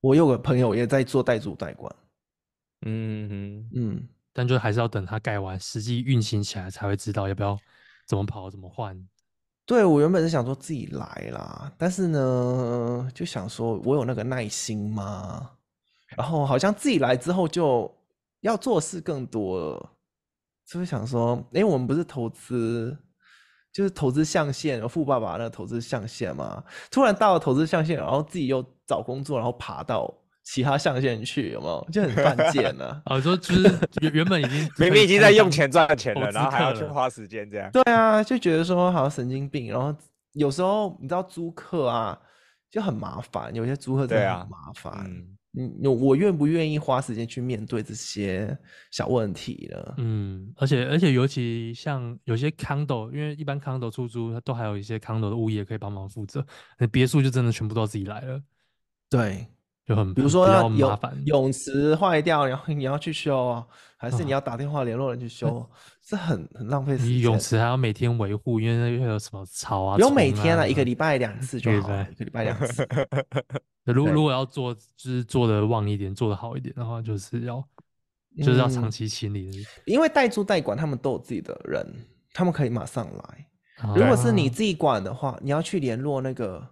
[SPEAKER 1] 我有个朋友也在做代租代管，
[SPEAKER 2] 嗯嗯，
[SPEAKER 1] 嗯，
[SPEAKER 3] 但就还是要等它盖完，实际运行起来才会知道要不要怎么跑、怎么换。
[SPEAKER 1] 对我原本是想说自己来啦，但是呢，就想说我有那个耐心吗？然后好像自己来之后就要做事更多了，就会想说，哎，我们不是投资，就是投资象限，富爸爸那个投资象限嘛，突然到了投资象限，然后自己又找工作，然后爬到其他象限去，有没有？就很犯贱呢、
[SPEAKER 3] 啊，说就是 原原本已经
[SPEAKER 2] 明
[SPEAKER 3] 可以
[SPEAKER 2] 明已经
[SPEAKER 3] 开
[SPEAKER 2] 在
[SPEAKER 3] 始
[SPEAKER 2] 用
[SPEAKER 3] 当
[SPEAKER 2] 钱赚钱
[SPEAKER 3] 投
[SPEAKER 2] 了，
[SPEAKER 3] 资
[SPEAKER 2] 然后还要
[SPEAKER 3] 客
[SPEAKER 2] 去
[SPEAKER 3] 了
[SPEAKER 2] 花时间这样。
[SPEAKER 1] 对啊，就觉得说好像神经病，然后有时候你知道租客啊就很麻烦，有些租客真
[SPEAKER 2] 对
[SPEAKER 1] 的
[SPEAKER 2] 啊
[SPEAKER 1] 很麻烦。
[SPEAKER 2] 嗯，
[SPEAKER 1] 嗯，有我愿不愿意花时间去面对这些小问题呢？
[SPEAKER 3] 嗯，而且而且尤其像有些 condo，因为一般 condo 出租，它都还有一些 condo 的物业可以帮忙负责，那别墅就真的全部都自己来了，
[SPEAKER 1] 对，
[SPEAKER 3] 就很
[SPEAKER 1] 比如
[SPEAKER 3] 很
[SPEAKER 1] 说
[SPEAKER 3] 嗯比
[SPEAKER 1] 要
[SPEAKER 3] 较
[SPEAKER 1] 泳
[SPEAKER 3] 麻烦。
[SPEAKER 1] 泳池坏掉，然后你要去修啊，还是你
[SPEAKER 3] 啊
[SPEAKER 1] 要打电话联络人去修，这很很浪费时
[SPEAKER 3] 你
[SPEAKER 1] 间。
[SPEAKER 3] 泳池还要每天维护，因为那又有什么草啊、
[SPEAKER 1] 不用每
[SPEAKER 3] 虫
[SPEAKER 1] 天
[SPEAKER 3] 啊
[SPEAKER 1] 了，一个礼拜两次就
[SPEAKER 3] 对
[SPEAKER 1] 好了，
[SPEAKER 3] 对
[SPEAKER 1] 一个礼拜两次。
[SPEAKER 3] 那如
[SPEAKER 1] 对
[SPEAKER 3] 如果要做，就是做的旺一点，做的好一点的话，就是要就是要长
[SPEAKER 1] 嗯
[SPEAKER 3] 期清理的。
[SPEAKER 1] 因为代租代管他们都有自己的人，他们可以马上来。
[SPEAKER 3] 啊
[SPEAKER 1] 如果是你自己管的话，你要去联络那个，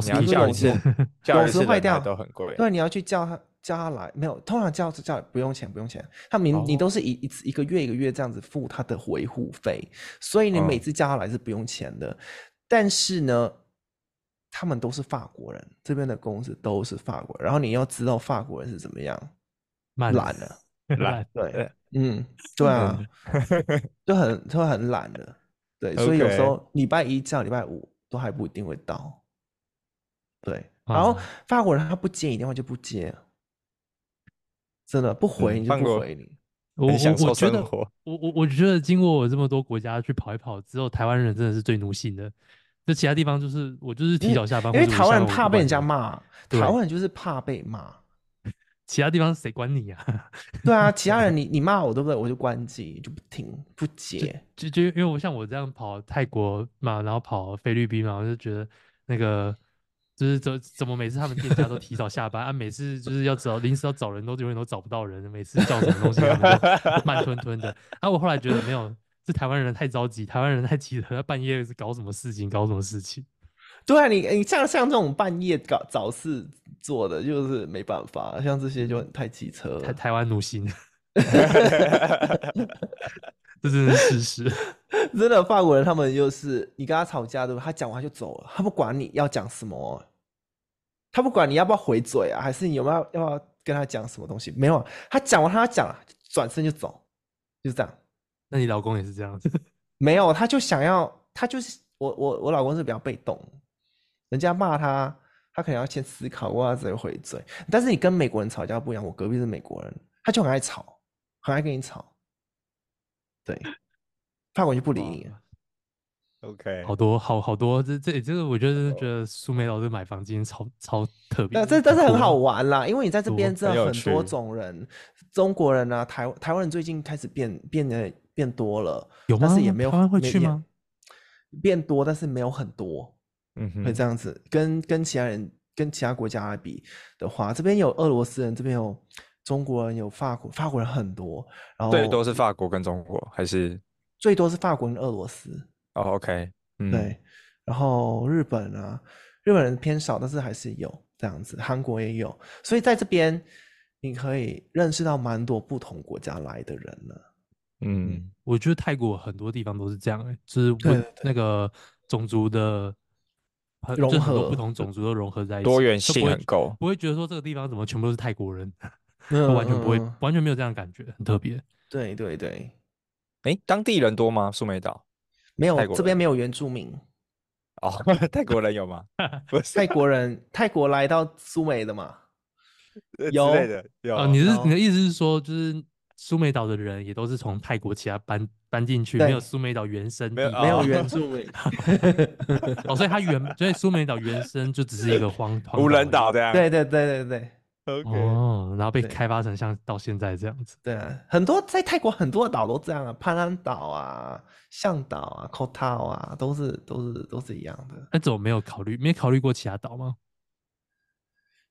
[SPEAKER 2] 你
[SPEAKER 3] 事
[SPEAKER 2] 要
[SPEAKER 1] 比如
[SPEAKER 3] 力
[SPEAKER 1] 说
[SPEAKER 2] 叫
[SPEAKER 1] 我
[SPEAKER 2] 一次
[SPEAKER 1] 们，
[SPEAKER 2] 叫
[SPEAKER 1] 有
[SPEAKER 2] 一
[SPEAKER 1] 时
[SPEAKER 2] 次
[SPEAKER 1] 坏
[SPEAKER 2] 人来
[SPEAKER 1] 掉
[SPEAKER 2] 都很贵。
[SPEAKER 1] 对，你要去叫他叫他来，没有，通常叫叫不用钱不用钱，他明你
[SPEAKER 3] 哦
[SPEAKER 1] 都是一一次一个月一个月这样子付他的维护费，所以你每
[SPEAKER 2] 嗯
[SPEAKER 1] 次叫他来是不用钱的。但是呢，他们都是法国人，这边的公司都是法国人，然后你要知道法国人是怎么样，
[SPEAKER 3] 慢
[SPEAKER 1] 懒的，
[SPEAKER 3] 懒
[SPEAKER 1] 对
[SPEAKER 2] 对，
[SPEAKER 1] 嗯，对啊，就很就很懒的，对，所以有时
[SPEAKER 2] OK
[SPEAKER 1] 候礼拜一叫礼拜五都还不一定会到，对，然后
[SPEAKER 3] 啊
[SPEAKER 1] 法国人他不接你电话就不接，真的不回
[SPEAKER 2] 嗯
[SPEAKER 1] 你就
[SPEAKER 2] 法
[SPEAKER 1] 不
[SPEAKER 2] 国
[SPEAKER 1] 回你，
[SPEAKER 3] 我
[SPEAKER 2] 很
[SPEAKER 3] 我
[SPEAKER 2] 享
[SPEAKER 3] 我
[SPEAKER 2] 受
[SPEAKER 3] 觉
[SPEAKER 2] 生
[SPEAKER 3] 得
[SPEAKER 2] 活。
[SPEAKER 3] 我我我觉得经过我这么多国家去跑一跑之后，台湾人真的是最奴性的。就其他地方就是我就是提早下班，
[SPEAKER 1] 因为
[SPEAKER 3] 或者我
[SPEAKER 1] 台湾人
[SPEAKER 3] 下班我
[SPEAKER 1] 怕
[SPEAKER 3] 不
[SPEAKER 1] 被
[SPEAKER 3] 管
[SPEAKER 1] 人家
[SPEAKER 3] 你，
[SPEAKER 1] 骂，
[SPEAKER 3] 对
[SPEAKER 1] 台湾人就是怕被骂，
[SPEAKER 3] 其他地方谁管你啊？
[SPEAKER 1] 对啊，其他人你你骂我对不对？我就关机就不听不接，
[SPEAKER 3] 就就因为我像我这样跑泰国嘛，然后跑菲律宾嘛，我就觉得那个就是怎怎么每次他们店家都提早下班啊，每次就是要找临时要找人都永远都找不到人，每次叫什么东西他们 都慢吞吞的。啊，我后来觉得没有，是台湾人太着急，台湾人太急了，他半夜是搞什么事情搞什么事情。
[SPEAKER 1] 对啊，你你像像这种半夜搞早事做的就是没办法，像这些就很太机车
[SPEAKER 3] 台
[SPEAKER 1] 了。
[SPEAKER 3] 台湾奴性，这真的是事实。
[SPEAKER 1] 真的，法国人他们就是你跟他吵架，对吧？他讲完他就走了，他不管你要讲什么，他不管你要不要回嘴啊，还是你有没有要不要跟他讲什么东西，没有啊，他讲完他讲了，转身就走，就这样，
[SPEAKER 3] 那你老公也是这样子？
[SPEAKER 1] 没有，他就想要，他就是我我我老公是比较被动，人家骂他，他可能要先思考过他才会回嘴，但是你跟美国人吵架不一样，我隔壁是美国人，他就很爱吵，很爱跟你吵，对，法国人就不理
[SPEAKER 3] 哇
[SPEAKER 1] 你了。
[SPEAKER 2] OK，
[SPEAKER 3] 好多，好好多，这这这个，我就是
[SPEAKER 2] 哦
[SPEAKER 3] 觉得苏梅老师买房今天超超特别
[SPEAKER 1] 那
[SPEAKER 3] 的，
[SPEAKER 1] 啊这但是很
[SPEAKER 3] 酷啊
[SPEAKER 1] 好。玩啦，因为你在这
[SPEAKER 3] 多
[SPEAKER 1] 边真
[SPEAKER 2] 很
[SPEAKER 1] 的
[SPEAKER 2] 有
[SPEAKER 1] 很多
[SPEAKER 2] 趣
[SPEAKER 1] 种人，中国人啊，台台湾人最近开始变变得变多了，
[SPEAKER 3] 有
[SPEAKER 1] 但
[SPEAKER 3] 吗
[SPEAKER 1] 是也没有
[SPEAKER 3] 台湾会
[SPEAKER 1] 没
[SPEAKER 3] 去
[SPEAKER 1] 也
[SPEAKER 3] 吗
[SPEAKER 1] 变多，但是没有很多，
[SPEAKER 2] 嗯
[SPEAKER 1] 会
[SPEAKER 2] 哼，
[SPEAKER 1] 这样子。跟跟其他人跟其他国家来比的话，这边有俄罗斯人，这边有中国人，有法国法国人很多，然后
[SPEAKER 2] 最多是法国跟中国还是？
[SPEAKER 1] 最多是法国跟俄罗斯，
[SPEAKER 2] 哦，OK，嗯，
[SPEAKER 1] 对，然后日本啊，日本人偏少，但是还是有这样子，韩国也有，所以在这边你可以认识到蛮多不同国家来的人 了。
[SPEAKER 2] 嗯，
[SPEAKER 3] 我觉得泰国很多地方都是这样、欸，就是不
[SPEAKER 1] 对对
[SPEAKER 3] 那个种族的很
[SPEAKER 1] 融
[SPEAKER 3] 就是很多
[SPEAKER 1] 合
[SPEAKER 3] 不同种族都融合在一起，
[SPEAKER 2] 多元
[SPEAKER 3] 就
[SPEAKER 2] 性
[SPEAKER 3] 不会
[SPEAKER 2] 很够。
[SPEAKER 3] 不会觉得说这个地方怎么全部都是泰国人，
[SPEAKER 1] 嗯
[SPEAKER 3] 完全不会
[SPEAKER 1] 嗯嗯
[SPEAKER 3] 完全没有这样的感觉，很特别。
[SPEAKER 1] 对对对，
[SPEAKER 2] 诶，当地人多吗？苏梅岛？
[SPEAKER 1] 没有
[SPEAKER 2] 泰国
[SPEAKER 1] 这边没有原住民，
[SPEAKER 2] 哦， 泰国人有吗？不是
[SPEAKER 1] 泰国人泰国来到苏梅的嘛，
[SPEAKER 2] 呃
[SPEAKER 1] 有
[SPEAKER 2] 之类的，有。
[SPEAKER 3] 哦，你是
[SPEAKER 1] 然后
[SPEAKER 3] 你的意思是说，就是苏梅岛的人也都是从泰国其他搬搬进去，没有
[SPEAKER 1] 对
[SPEAKER 3] 苏梅岛原生
[SPEAKER 2] 没有
[SPEAKER 3] 地
[SPEAKER 1] 没有
[SPEAKER 2] 哦
[SPEAKER 1] 原住民，
[SPEAKER 3] 哦，所以它原所以苏梅岛原生就只是一个荒荒
[SPEAKER 2] 无人
[SPEAKER 3] 岛
[SPEAKER 2] 岛这样。
[SPEAKER 1] 对对对对对
[SPEAKER 3] 而已
[SPEAKER 2] OK，
[SPEAKER 3] 哦，然后被
[SPEAKER 1] 对
[SPEAKER 3] 开发成像到现在这样子。
[SPEAKER 1] 对啊，很多在泰国很多岛都这样啊，潘安岛啊、向岛啊、Koh Tao 啊，都是都是都是一样的。
[SPEAKER 3] 那怎么没有考虑？没有考虑过其他岛吗？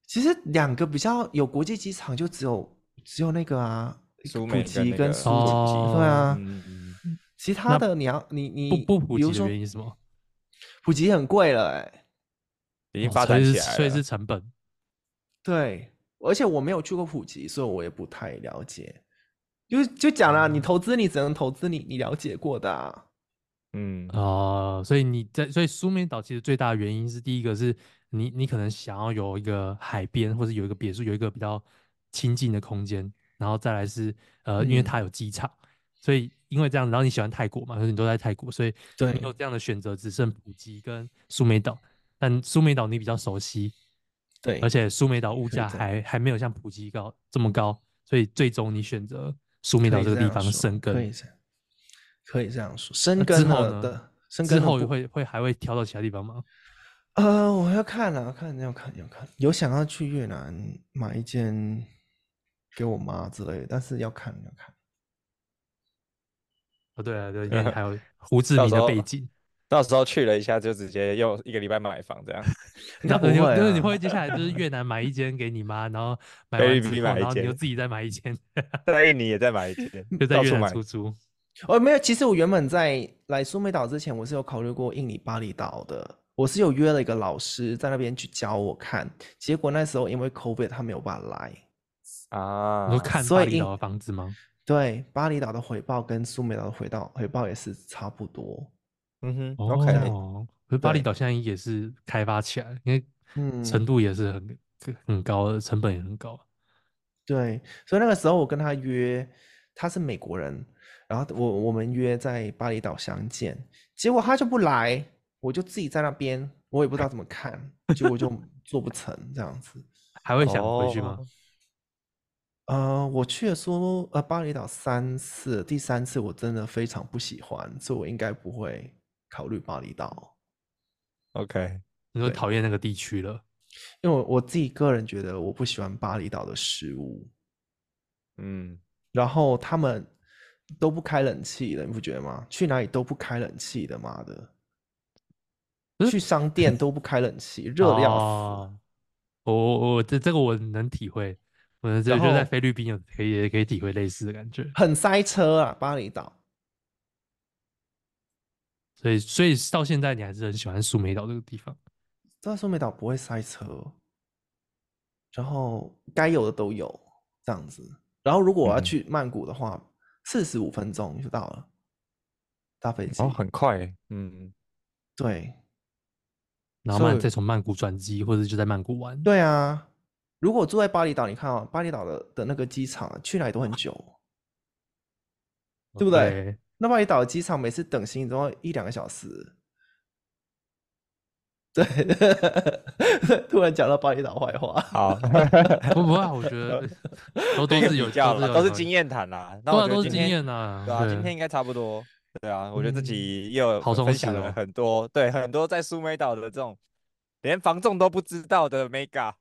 [SPEAKER 1] 其实两个比较有国际机场，就只有只有那个啊，
[SPEAKER 2] 苏
[SPEAKER 1] 普
[SPEAKER 2] 梅
[SPEAKER 1] 吉
[SPEAKER 2] 跟
[SPEAKER 1] 跟
[SPEAKER 2] 苏
[SPEAKER 1] 苏
[SPEAKER 3] 吉
[SPEAKER 1] 吉，对啊，
[SPEAKER 2] 嗯，
[SPEAKER 1] 其他
[SPEAKER 3] 哦那
[SPEAKER 1] 的你要你
[SPEAKER 3] 不
[SPEAKER 1] 你
[SPEAKER 3] 不普
[SPEAKER 1] 比
[SPEAKER 3] 及
[SPEAKER 1] 如
[SPEAKER 3] 的
[SPEAKER 1] 说
[SPEAKER 3] 原因是什么？
[SPEAKER 1] 普吉很贵了哎、
[SPEAKER 2] 已经
[SPEAKER 3] 哦
[SPEAKER 2] 发
[SPEAKER 3] 所
[SPEAKER 2] 展
[SPEAKER 3] 以
[SPEAKER 2] 起
[SPEAKER 3] 是
[SPEAKER 2] 来
[SPEAKER 3] 所以
[SPEAKER 2] 了
[SPEAKER 3] 是成本。
[SPEAKER 1] 对，而且我没有去过普吉，所以我也不太了解。就就讲啦，
[SPEAKER 3] 嗯
[SPEAKER 1] 你投资你只能投资你你了解过的、啊。
[SPEAKER 2] 嗯，
[SPEAKER 3] 哦，所以你在，所以苏梅岛其实最大的原因是，第一个是你你可能想要有一个海边，或者有一个别墅，有一个比较亲近的空间，然后再来是呃，因为
[SPEAKER 1] 嗯
[SPEAKER 3] 它有机场，所以因为这样，然后你喜欢泰国嘛，所以你都在泰国，所以
[SPEAKER 1] 对
[SPEAKER 3] 你有这样的选择，只剩普吉跟苏梅岛。但苏梅岛你比较熟悉，
[SPEAKER 1] 对，
[SPEAKER 3] 而且苏梅岛物
[SPEAKER 1] 可以
[SPEAKER 3] 价
[SPEAKER 1] 这样
[SPEAKER 3] 还还没有像普吉高这么高，所以最终你选择苏梅
[SPEAKER 1] 可
[SPEAKER 3] 岛
[SPEAKER 1] 以
[SPEAKER 3] 这个地
[SPEAKER 1] 样
[SPEAKER 3] 方
[SPEAKER 1] 说
[SPEAKER 3] 生根。
[SPEAKER 1] 可以这样，可以这样说，生
[SPEAKER 3] 那之
[SPEAKER 1] 根
[SPEAKER 3] 后
[SPEAKER 1] 了
[SPEAKER 3] 呢
[SPEAKER 1] 的，生
[SPEAKER 3] 之
[SPEAKER 1] 根了
[SPEAKER 3] 后
[SPEAKER 1] 不
[SPEAKER 3] 会会还会挑到其他地方吗？
[SPEAKER 1] 呃，我要看啊，看要看要看，有想要去越南买一件给我妈之类的，但是要看要看。
[SPEAKER 3] 哦，对 啊，对，因为还有胡志明
[SPEAKER 2] 时
[SPEAKER 3] 的
[SPEAKER 2] 候
[SPEAKER 3] 背景，
[SPEAKER 2] 到时候去了一下就直接又一个礼拜买房这样，
[SPEAKER 3] 你
[SPEAKER 1] 那
[SPEAKER 3] 到时候
[SPEAKER 1] 不
[SPEAKER 3] 就
[SPEAKER 1] 会
[SPEAKER 3] 就是你
[SPEAKER 1] 啊
[SPEAKER 3] 会接 下来就是越南买一间给你妈，然后买完之
[SPEAKER 2] 菲律宾
[SPEAKER 3] 后，
[SPEAKER 2] 买一
[SPEAKER 3] 然后你就
[SPEAKER 2] 间
[SPEAKER 3] 自己再买一间，
[SPEAKER 2] 在印尼也再买一间，
[SPEAKER 1] 嗯
[SPEAKER 3] 就在
[SPEAKER 2] 到
[SPEAKER 3] 越
[SPEAKER 2] 处
[SPEAKER 3] 南
[SPEAKER 2] 买。
[SPEAKER 3] 出租。
[SPEAKER 1] 哦，没有，其实我原本在来苏梅岛之前，我是有考虑过印尼巴厘岛的。我是有约了一个老师在那边去教我看，结果那时候因为 COVID 他没有办法来，
[SPEAKER 2] 啊
[SPEAKER 3] 你说，看
[SPEAKER 1] 所
[SPEAKER 3] 巴
[SPEAKER 1] 以
[SPEAKER 3] 厘
[SPEAKER 1] 因
[SPEAKER 3] 岛的房子吗？
[SPEAKER 1] 对，巴厘岛的回报跟苏梅岛的回报回报也是差不多。
[SPEAKER 2] 嗯哼，OK，
[SPEAKER 3] 哦，可是巴厘
[SPEAKER 1] 对
[SPEAKER 3] 岛现在也是开发起来，因为
[SPEAKER 1] 嗯，
[SPEAKER 3] 程度也是很很高的，成本也很高。
[SPEAKER 1] 对，所以那个时候我跟他约，他是美国人，然后我我们约在巴厘岛相见，结果他就不来，我就自己在那边，我也不知道怎么看，结果就做不成这样子。
[SPEAKER 3] 还会想回去吗？
[SPEAKER 2] 哦
[SPEAKER 1] 呃，我去了苏呃巴厘岛三次，第三次我真的非常不喜欢，所以我应该不会考虑巴厘岛，
[SPEAKER 2] ？OK，
[SPEAKER 3] 你说
[SPEAKER 1] 对
[SPEAKER 3] 讨厌那个地区了，
[SPEAKER 1] 因为我我自己个人觉得我不喜欢巴厘岛的食物，
[SPEAKER 2] 嗯，
[SPEAKER 1] 然后他们都不开冷气的，你不觉得吗？去哪里都不开冷气的，妈的！
[SPEAKER 2] 嗯
[SPEAKER 3] 可是
[SPEAKER 1] 去商店都不开冷 气，热的要死。
[SPEAKER 3] 哦我我我这这个我能体会，我这就
[SPEAKER 1] 然
[SPEAKER 3] 在
[SPEAKER 1] 后
[SPEAKER 3] 菲律宾有可以也可以体会类似的感觉。
[SPEAKER 1] 很塞车啊，巴厘岛。
[SPEAKER 3] 所以，所以到现在你还是很喜欢苏梅岛这个地方。
[SPEAKER 1] 这苏梅岛不会塞车，然后该有的都有，这样子。然后如果我要
[SPEAKER 2] 嗯
[SPEAKER 1] 去曼谷的话，四十五分钟就到了，搭飞机。
[SPEAKER 2] 哦，很快欸，嗯，
[SPEAKER 1] 对
[SPEAKER 3] 然后曼
[SPEAKER 1] 所以
[SPEAKER 3] 再从曼谷转机，或者就在曼谷玩。，
[SPEAKER 1] 对啊，如果住在巴厘岛，你看啊、巴厘岛的的那个机场啊去哪里都很久。对不对？那巴厘岛的机场每次等行李都要一两个小时。对， 突然讲到巴厘岛坏话。
[SPEAKER 2] 好，
[SPEAKER 3] 不不啊，我觉得都都
[SPEAKER 2] 这个
[SPEAKER 3] 是有
[SPEAKER 2] 比较
[SPEAKER 3] 都
[SPEAKER 2] 了，
[SPEAKER 3] 有
[SPEAKER 2] 都是
[SPEAKER 3] 道理
[SPEAKER 2] 经，验谈啦。那
[SPEAKER 3] 对
[SPEAKER 2] 我觉
[SPEAKER 3] 啊，
[SPEAKER 2] 得
[SPEAKER 3] 都是
[SPEAKER 2] 今
[SPEAKER 3] 经
[SPEAKER 2] 天
[SPEAKER 3] 验呐。
[SPEAKER 2] 对啊，今天应该差不多。对啊，我觉得自
[SPEAKER 1] 嗯
[SPEAKER 2] 己也有
[SPEAKER 3] 好充
[SPEAKER 2] 分享
[SPEAKER 3] 实
[SPEAKER 2] 了
[SPEAKER 3] 哦
[SPEAKER 2] 很多，对，很多在苏梅岛的这种连房仲都不知道的 mega。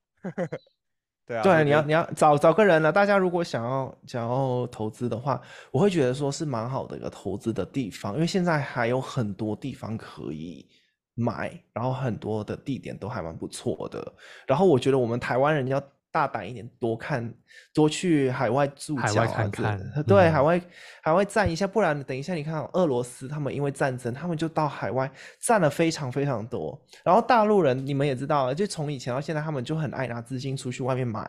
[SPEAKER 2] 对啊，
[SPEAKER 1] 对
[SPEAKER 2] 我
[SPEAKER 1] 啊，你
[SPEAKER 2] 觉
[SPEAKER 1] 要
[SPEAKER 2] 得
[SPEAKER 1] 你要找找个人了。大家如果想要想要投资的话，我会觉得说是蛮好的一个投资的地方，因为现在还有很多地方可以买，然后很多的地点都还蛮不错的。然后我觉得我们台湾人要大胆一点，多看多去海外住
[SPEAKER 3] 海
[SPEAKER 1] 脚
[SPEAKER 3] 外
[SPEAKER 1] 啊
[SPEAKER 3] 看
[SPEAKER 1] 之类的
[SPEAKER 3] 看
[SPEAKER 1] 对，
[SPEAKER 3] 嗯
[SPEAKER 1] 海外海外站一下，不然等一下你看哦俄罗斯他们因为战争，他们就到海外占了非常非常多。然后大陆人你们也知道了，就从以前到现在，他们就很爱拿资金出去外面买。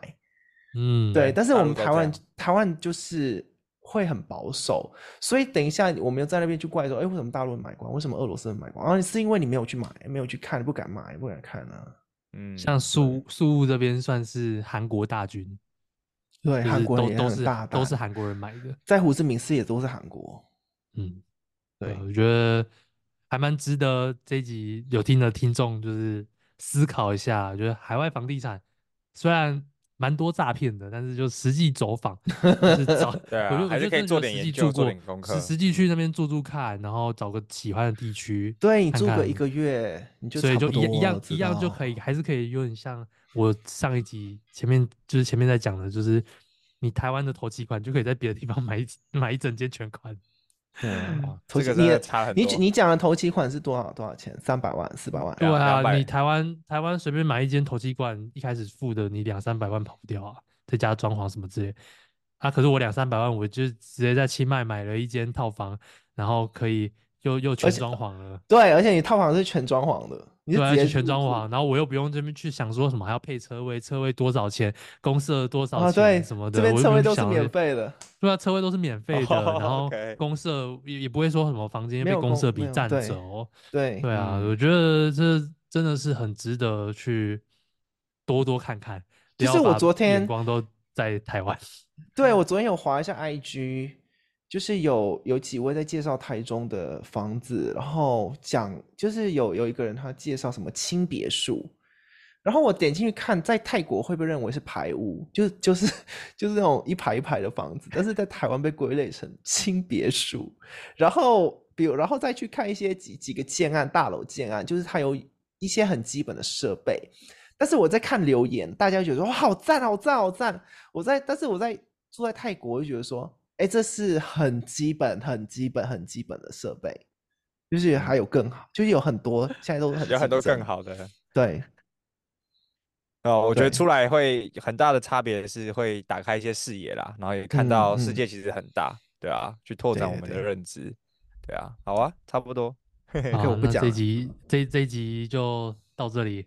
[SPEAKER 3] 嗯，
[SPEAKER 1] 对，，但是
[SPEAKER 2] 大
[SPEAKER 1] 我
[SPEAKER 2] 陆
[SPEAKER 1] 们
[SPEAKER 2] 都
[SPEAKER 1] 台
[SPEAKER 2] 这
[SPEAKER 1] 湾
[SPEAKER 2] 样
[SPEAKER 1] 台湾就是会很保守，所以等一下我们又在那边去怪说，哎，为什么大陆人买光，为什么俄罗斯人买光？然后是因为你没有去买，没有去看，不敢买，不敢看啊。
[SPEAKER 2] 嗯，
[SPEAKER 3] 像宿宿务这边算是韩国大军，
[SPEAKER 1] 对，
[SPEAKER 3] 就是
[SPEAKER 1] 韩国人
[SPEAKER 3] 都
[SPEAKER 1] 也
[SPEAKER 3] 都
[SPEAKER 1] 很
[SPEAKER 3] 是
[SPEAKER 1] 大胆，
[SPEAKER 3] 都是韩国人买的。
[SPEAKER 1] 在胡志明市也都是韩国。
[SPEAKER 3] 嗯，
[SPEAKER 1] 对，
[SPEAKER 2] 啊
[SPEAKER 3] 我觉得还蛮值得这一集有听的听众就是思考一下，就是海外房地产虽然蛮多诈骗的，但是就实际走访，就是找
[SPEAKER 2] 对啊
[SPEAKER 3] 我就
[SPEAKER 2] 还是可以做点
[SPEAKER 3] 实
[SPEAKER 2] 研
[SPEAKER 3] 际
[SPEAKER 2] 究
[SPEAKER 3] 住
[SPEAKER 2] 做
[SPEAKER 3] 过
[SPEAKER 2] 点功，
[SPEAKER 3] 实
[SPEAKER 2] 课嗯
[SPEAKER 3] 实际去那边住住看，然后找个喜欢的地区，
[SPEAKER 1] 对你
[SPEAKER 3] 看
[SPEAKER 1] 住个一
[SPEAKER 3] 看
[SPEAKER 1] 个月，你就
[SPEAKER 3] 所以
[SPEAKER 1] 差
[SPEAKER 3] 就
[SPEAKER 1] 不
[SPEAKER 3] 一
[SPEAKER 1] 多
[SPEAKER 3] 样一样
[SPEAKER 1] 知
[SPEAKER 3] 一样就可以，
[SPEAKER 1] 道
[SPEAKER 3] 还是可以有点像我上一集前面就是前面在讲的，就是你台湾的头期款就可以在别的地方买一 买一整间全款。
[SPEAKER 1] 对啊，投期
[SPEAKER 2] 这个
[SPEAKER 1] 你
[SPEAKER 2] 真的
[SPEAKER 1] 的
[SPEAKER 2] 差很
[SPEAKER 1] 你
[SPEAKER 2] 多
[SPEAKER 1] 你讲的头期款是多少多少钱？三百万、四百万？
[SPEAKER 3] 对
[SPEAKER 2] 两两
[SPEAKER 3] 啊，
[SPEAKER 2] 百
[SPEAKER 3] 你台湾台湾随便买一间投机罐，一开始付的你两三百万跑不掉啊，再加装潢什么之类。啊，可是我两三百万，我就直接在清迈买了一间套房，然后可以又又全
[SPEAKER 1] 且
[SPEAKER 3] 装潢了。
[SPEAKER 1] 对，而且你套房是全装潢的，你
[SPEAKER 3] 对
[SPEAKER 1] 是
[SPEAKER 3] 啊，
[SPEAKER 1] 直接
[SPEAKER 3] 是全装
[SPEAKER 1] 入住
[SPEAKER 3] 潢，然后我又不用这边去想说什么还要配车位，车位多少钱，公社多少
[SPEAKER 1] 啊，对，
[SPEAKER 3] 钱什么
[SPEAKER 1] 这
[SPEAKER 3] 的，
[SPEAKER 1] 边
[SPEAKER 3] 我又
[SPEAKER 1] 车位
[SPEAKER 3] 不用
[SPEAKER 1] 都
[SPEAKER 3] 去
[SPEAKER 1] 是
[SPEAKER 3] 想
[SPEAKER 1] 免
[SPEAKER 3] 这
[SPEAKER 1] 费的，哦
[SPEAKER 3] 对啊，车位都是免费的，然后
[SPEAKER 2] OK
[SPEAKER 3] 公社也也不会说什么房间
[SPEAKER 1] 没
[SPEAKER 3] 被
[SPEAKER 1] 有
[SPEAKER 3] 公
[SPEAKER 1] 公
[SPEAKER 3] 社
[SPEAKER 1] 没
[SPEAKER 3] 比
[SPEAKER 1] 有
[SPEAKER 3] 占
[SPEAKER 1] 对
[SPEAKER 3] 走，
[SPEAKER 1] 对，
[SPEAKER 3] 对啊，
[SPEAKER 2] 嗯
[SPEAKER 3] 我觉得这真的是很值得去多多看看，不
[SPEAKER 1] 就
[SPEAKER 3] 要
[SPEAKER 1] 是我
[SPEAKER 3] 把
[SPEAKER 1] 昨
[SPEAKER 3] 眼
[SPEAKER 1] 天
[SPEAKER 3] 光都在台湾，
[SPEAKER 1] 对我昨天有划一下 IG，就是有有几位在介绍台中的房子，然后讲就是有有一个人他介绍什么轻别墅，然后我点进去看，在泰国会被认为是排屋，就是就是就是那种一排一排的房子，但是在台湾被归类成轻别墅，然后比如然后再去看一些几几个建案大楼建案，就是它有一些很基本的设备。但是我在看留言，大家就觉得说哇好赞好赞好赞，我在，但是我在住在泰国，我就觉得说，哎，这是很基本、很基本、很基本的设备，就是还有更好，就是有很多现在都很
[SPEAKER 2] 有
[SPEAKER 1] 竞
[SPEAKER 2] 很多更
[SPEAKER 1] 争，
[SPEAKER 2] 好的。
[SPEAKER 1] 对
[SPEAKER 2] 哦，我觉得
[SPEAKER 1] 对
[SPEAKER 2] 出来会很大的差别是会打开一些视野啦，然后也看
[SPEAKER 1] 嗯
[SPEAKER 2] 到世
[SPEAKER 1] 嗯
[SPEAKER 2] 界其实很大，对啊，去拓
[SPEAKER 1] 对
[SPEAKER 2] 展我
[SPEAKER 1] 对
[SPEAKER 2] 们的
[SPEAKER 1] 对
[SPEAKER 2] 认知，对啊，好啊，差不多，
[SPEAKER 3] 好
[SPEAKER 1] 我
[SPEAKER 3] 啊，
[SPEAKER 1] 不
[SPEAKER 3] 那
[SPEAKER 1] 讲
[SPEAKER 3] 这一
[SPEAKER 1] 了
[SPEAKER 3] 集这这一集就到这里，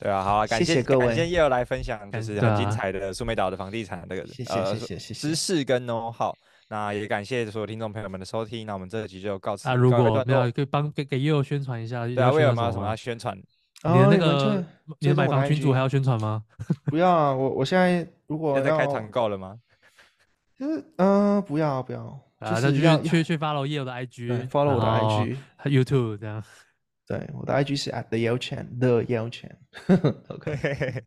[SPEAKER 2] 对啊，好啊，感
[SPEAKER 1] 谢谢各
[SPEAKER 2] 感谢
[SPEAKER 1] 位
[SPEAKER 2] 叶儿来分享，就
[SPEAKER 3] 感
[SPEAKER 2] 是
[SPEAKER 3] 对
[SPEAKER 2] 很精
[SPEAKER 3] 啊
[SPEAKER 2] 彩的苏梅岛的房地产的
[SPEAKER 1] 谢谢
[SPEAKER 2] 呃
[SPEAKER 1] 谢谢谢
[SPEAKER 2] 知
[SPEAKER 1] 谢
[SPEAKER 2] 识跟 know how，那也感谢所有听众朋友们的收听，那我们这集就告辞
[SPEAKER 3] 啊，如
[SPEAKER 2] 告一
[SPEAKER 3] 果
[SPEAKER 2] 段
[SPEAKER 3] 没有
[SPEAKER 2] 落
[SPEAKER 3] 可以帮给给业友宣传一下，
[SPEAKER 2] 对啊，威
[SPEAKER 3] 有
[SPEAKER 2] 尔妈有什
[SPEAKER 3] 么
[SPEAKER 2] 么
[SPEAKER 3] 吗
[SPEAKER 2] 要宣传？
[SPEAKER 1] 哦
[SPEAKER 3] 你的那
[SPEAKER 1] 你们
[SPEAKER 3] 个
[SPEAKER 1] 去追
[SPEAKER 3] 你的
[SPEAKER 1] 踪
[SPEAKER 3] 买
[SPEAKER 1] 我的
[SPEAKER 3] 房群主
[SPEAKER 1] IG
[SPEAKER 3] 还要宣传吗？
[SPEAKER 1] 不要啊，我我现在如果
[SPEAKER 2] 现在开团
[SPEAKER 1] 要，
[SPEAKER 2] 购了吗？
[SPEAKER 1] 就是嗯、呃不要不要，就
[SPEAKER 3] 啊，那
[SPEAKER 1] 是要
[SPEAKER 3] 就去去去 follow 业友的 IG，
[SPEAKER 1] 对 follow 我的
[SPEAKER 3] 然后
[SPEAKER 1] IG，
[SPEAKER 3] 还有 YouTube 这样。
[SPEAKER 1] 对我的 IG 是 at the Yao Chan the Yao Chan，OK，、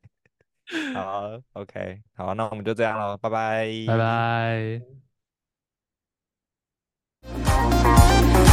[SPEAKER 2] 好，OK，好，啊那我们就这样了，拜拜，
[SPEAKER 3] 拜拜。
[SPEAKER 4] Thank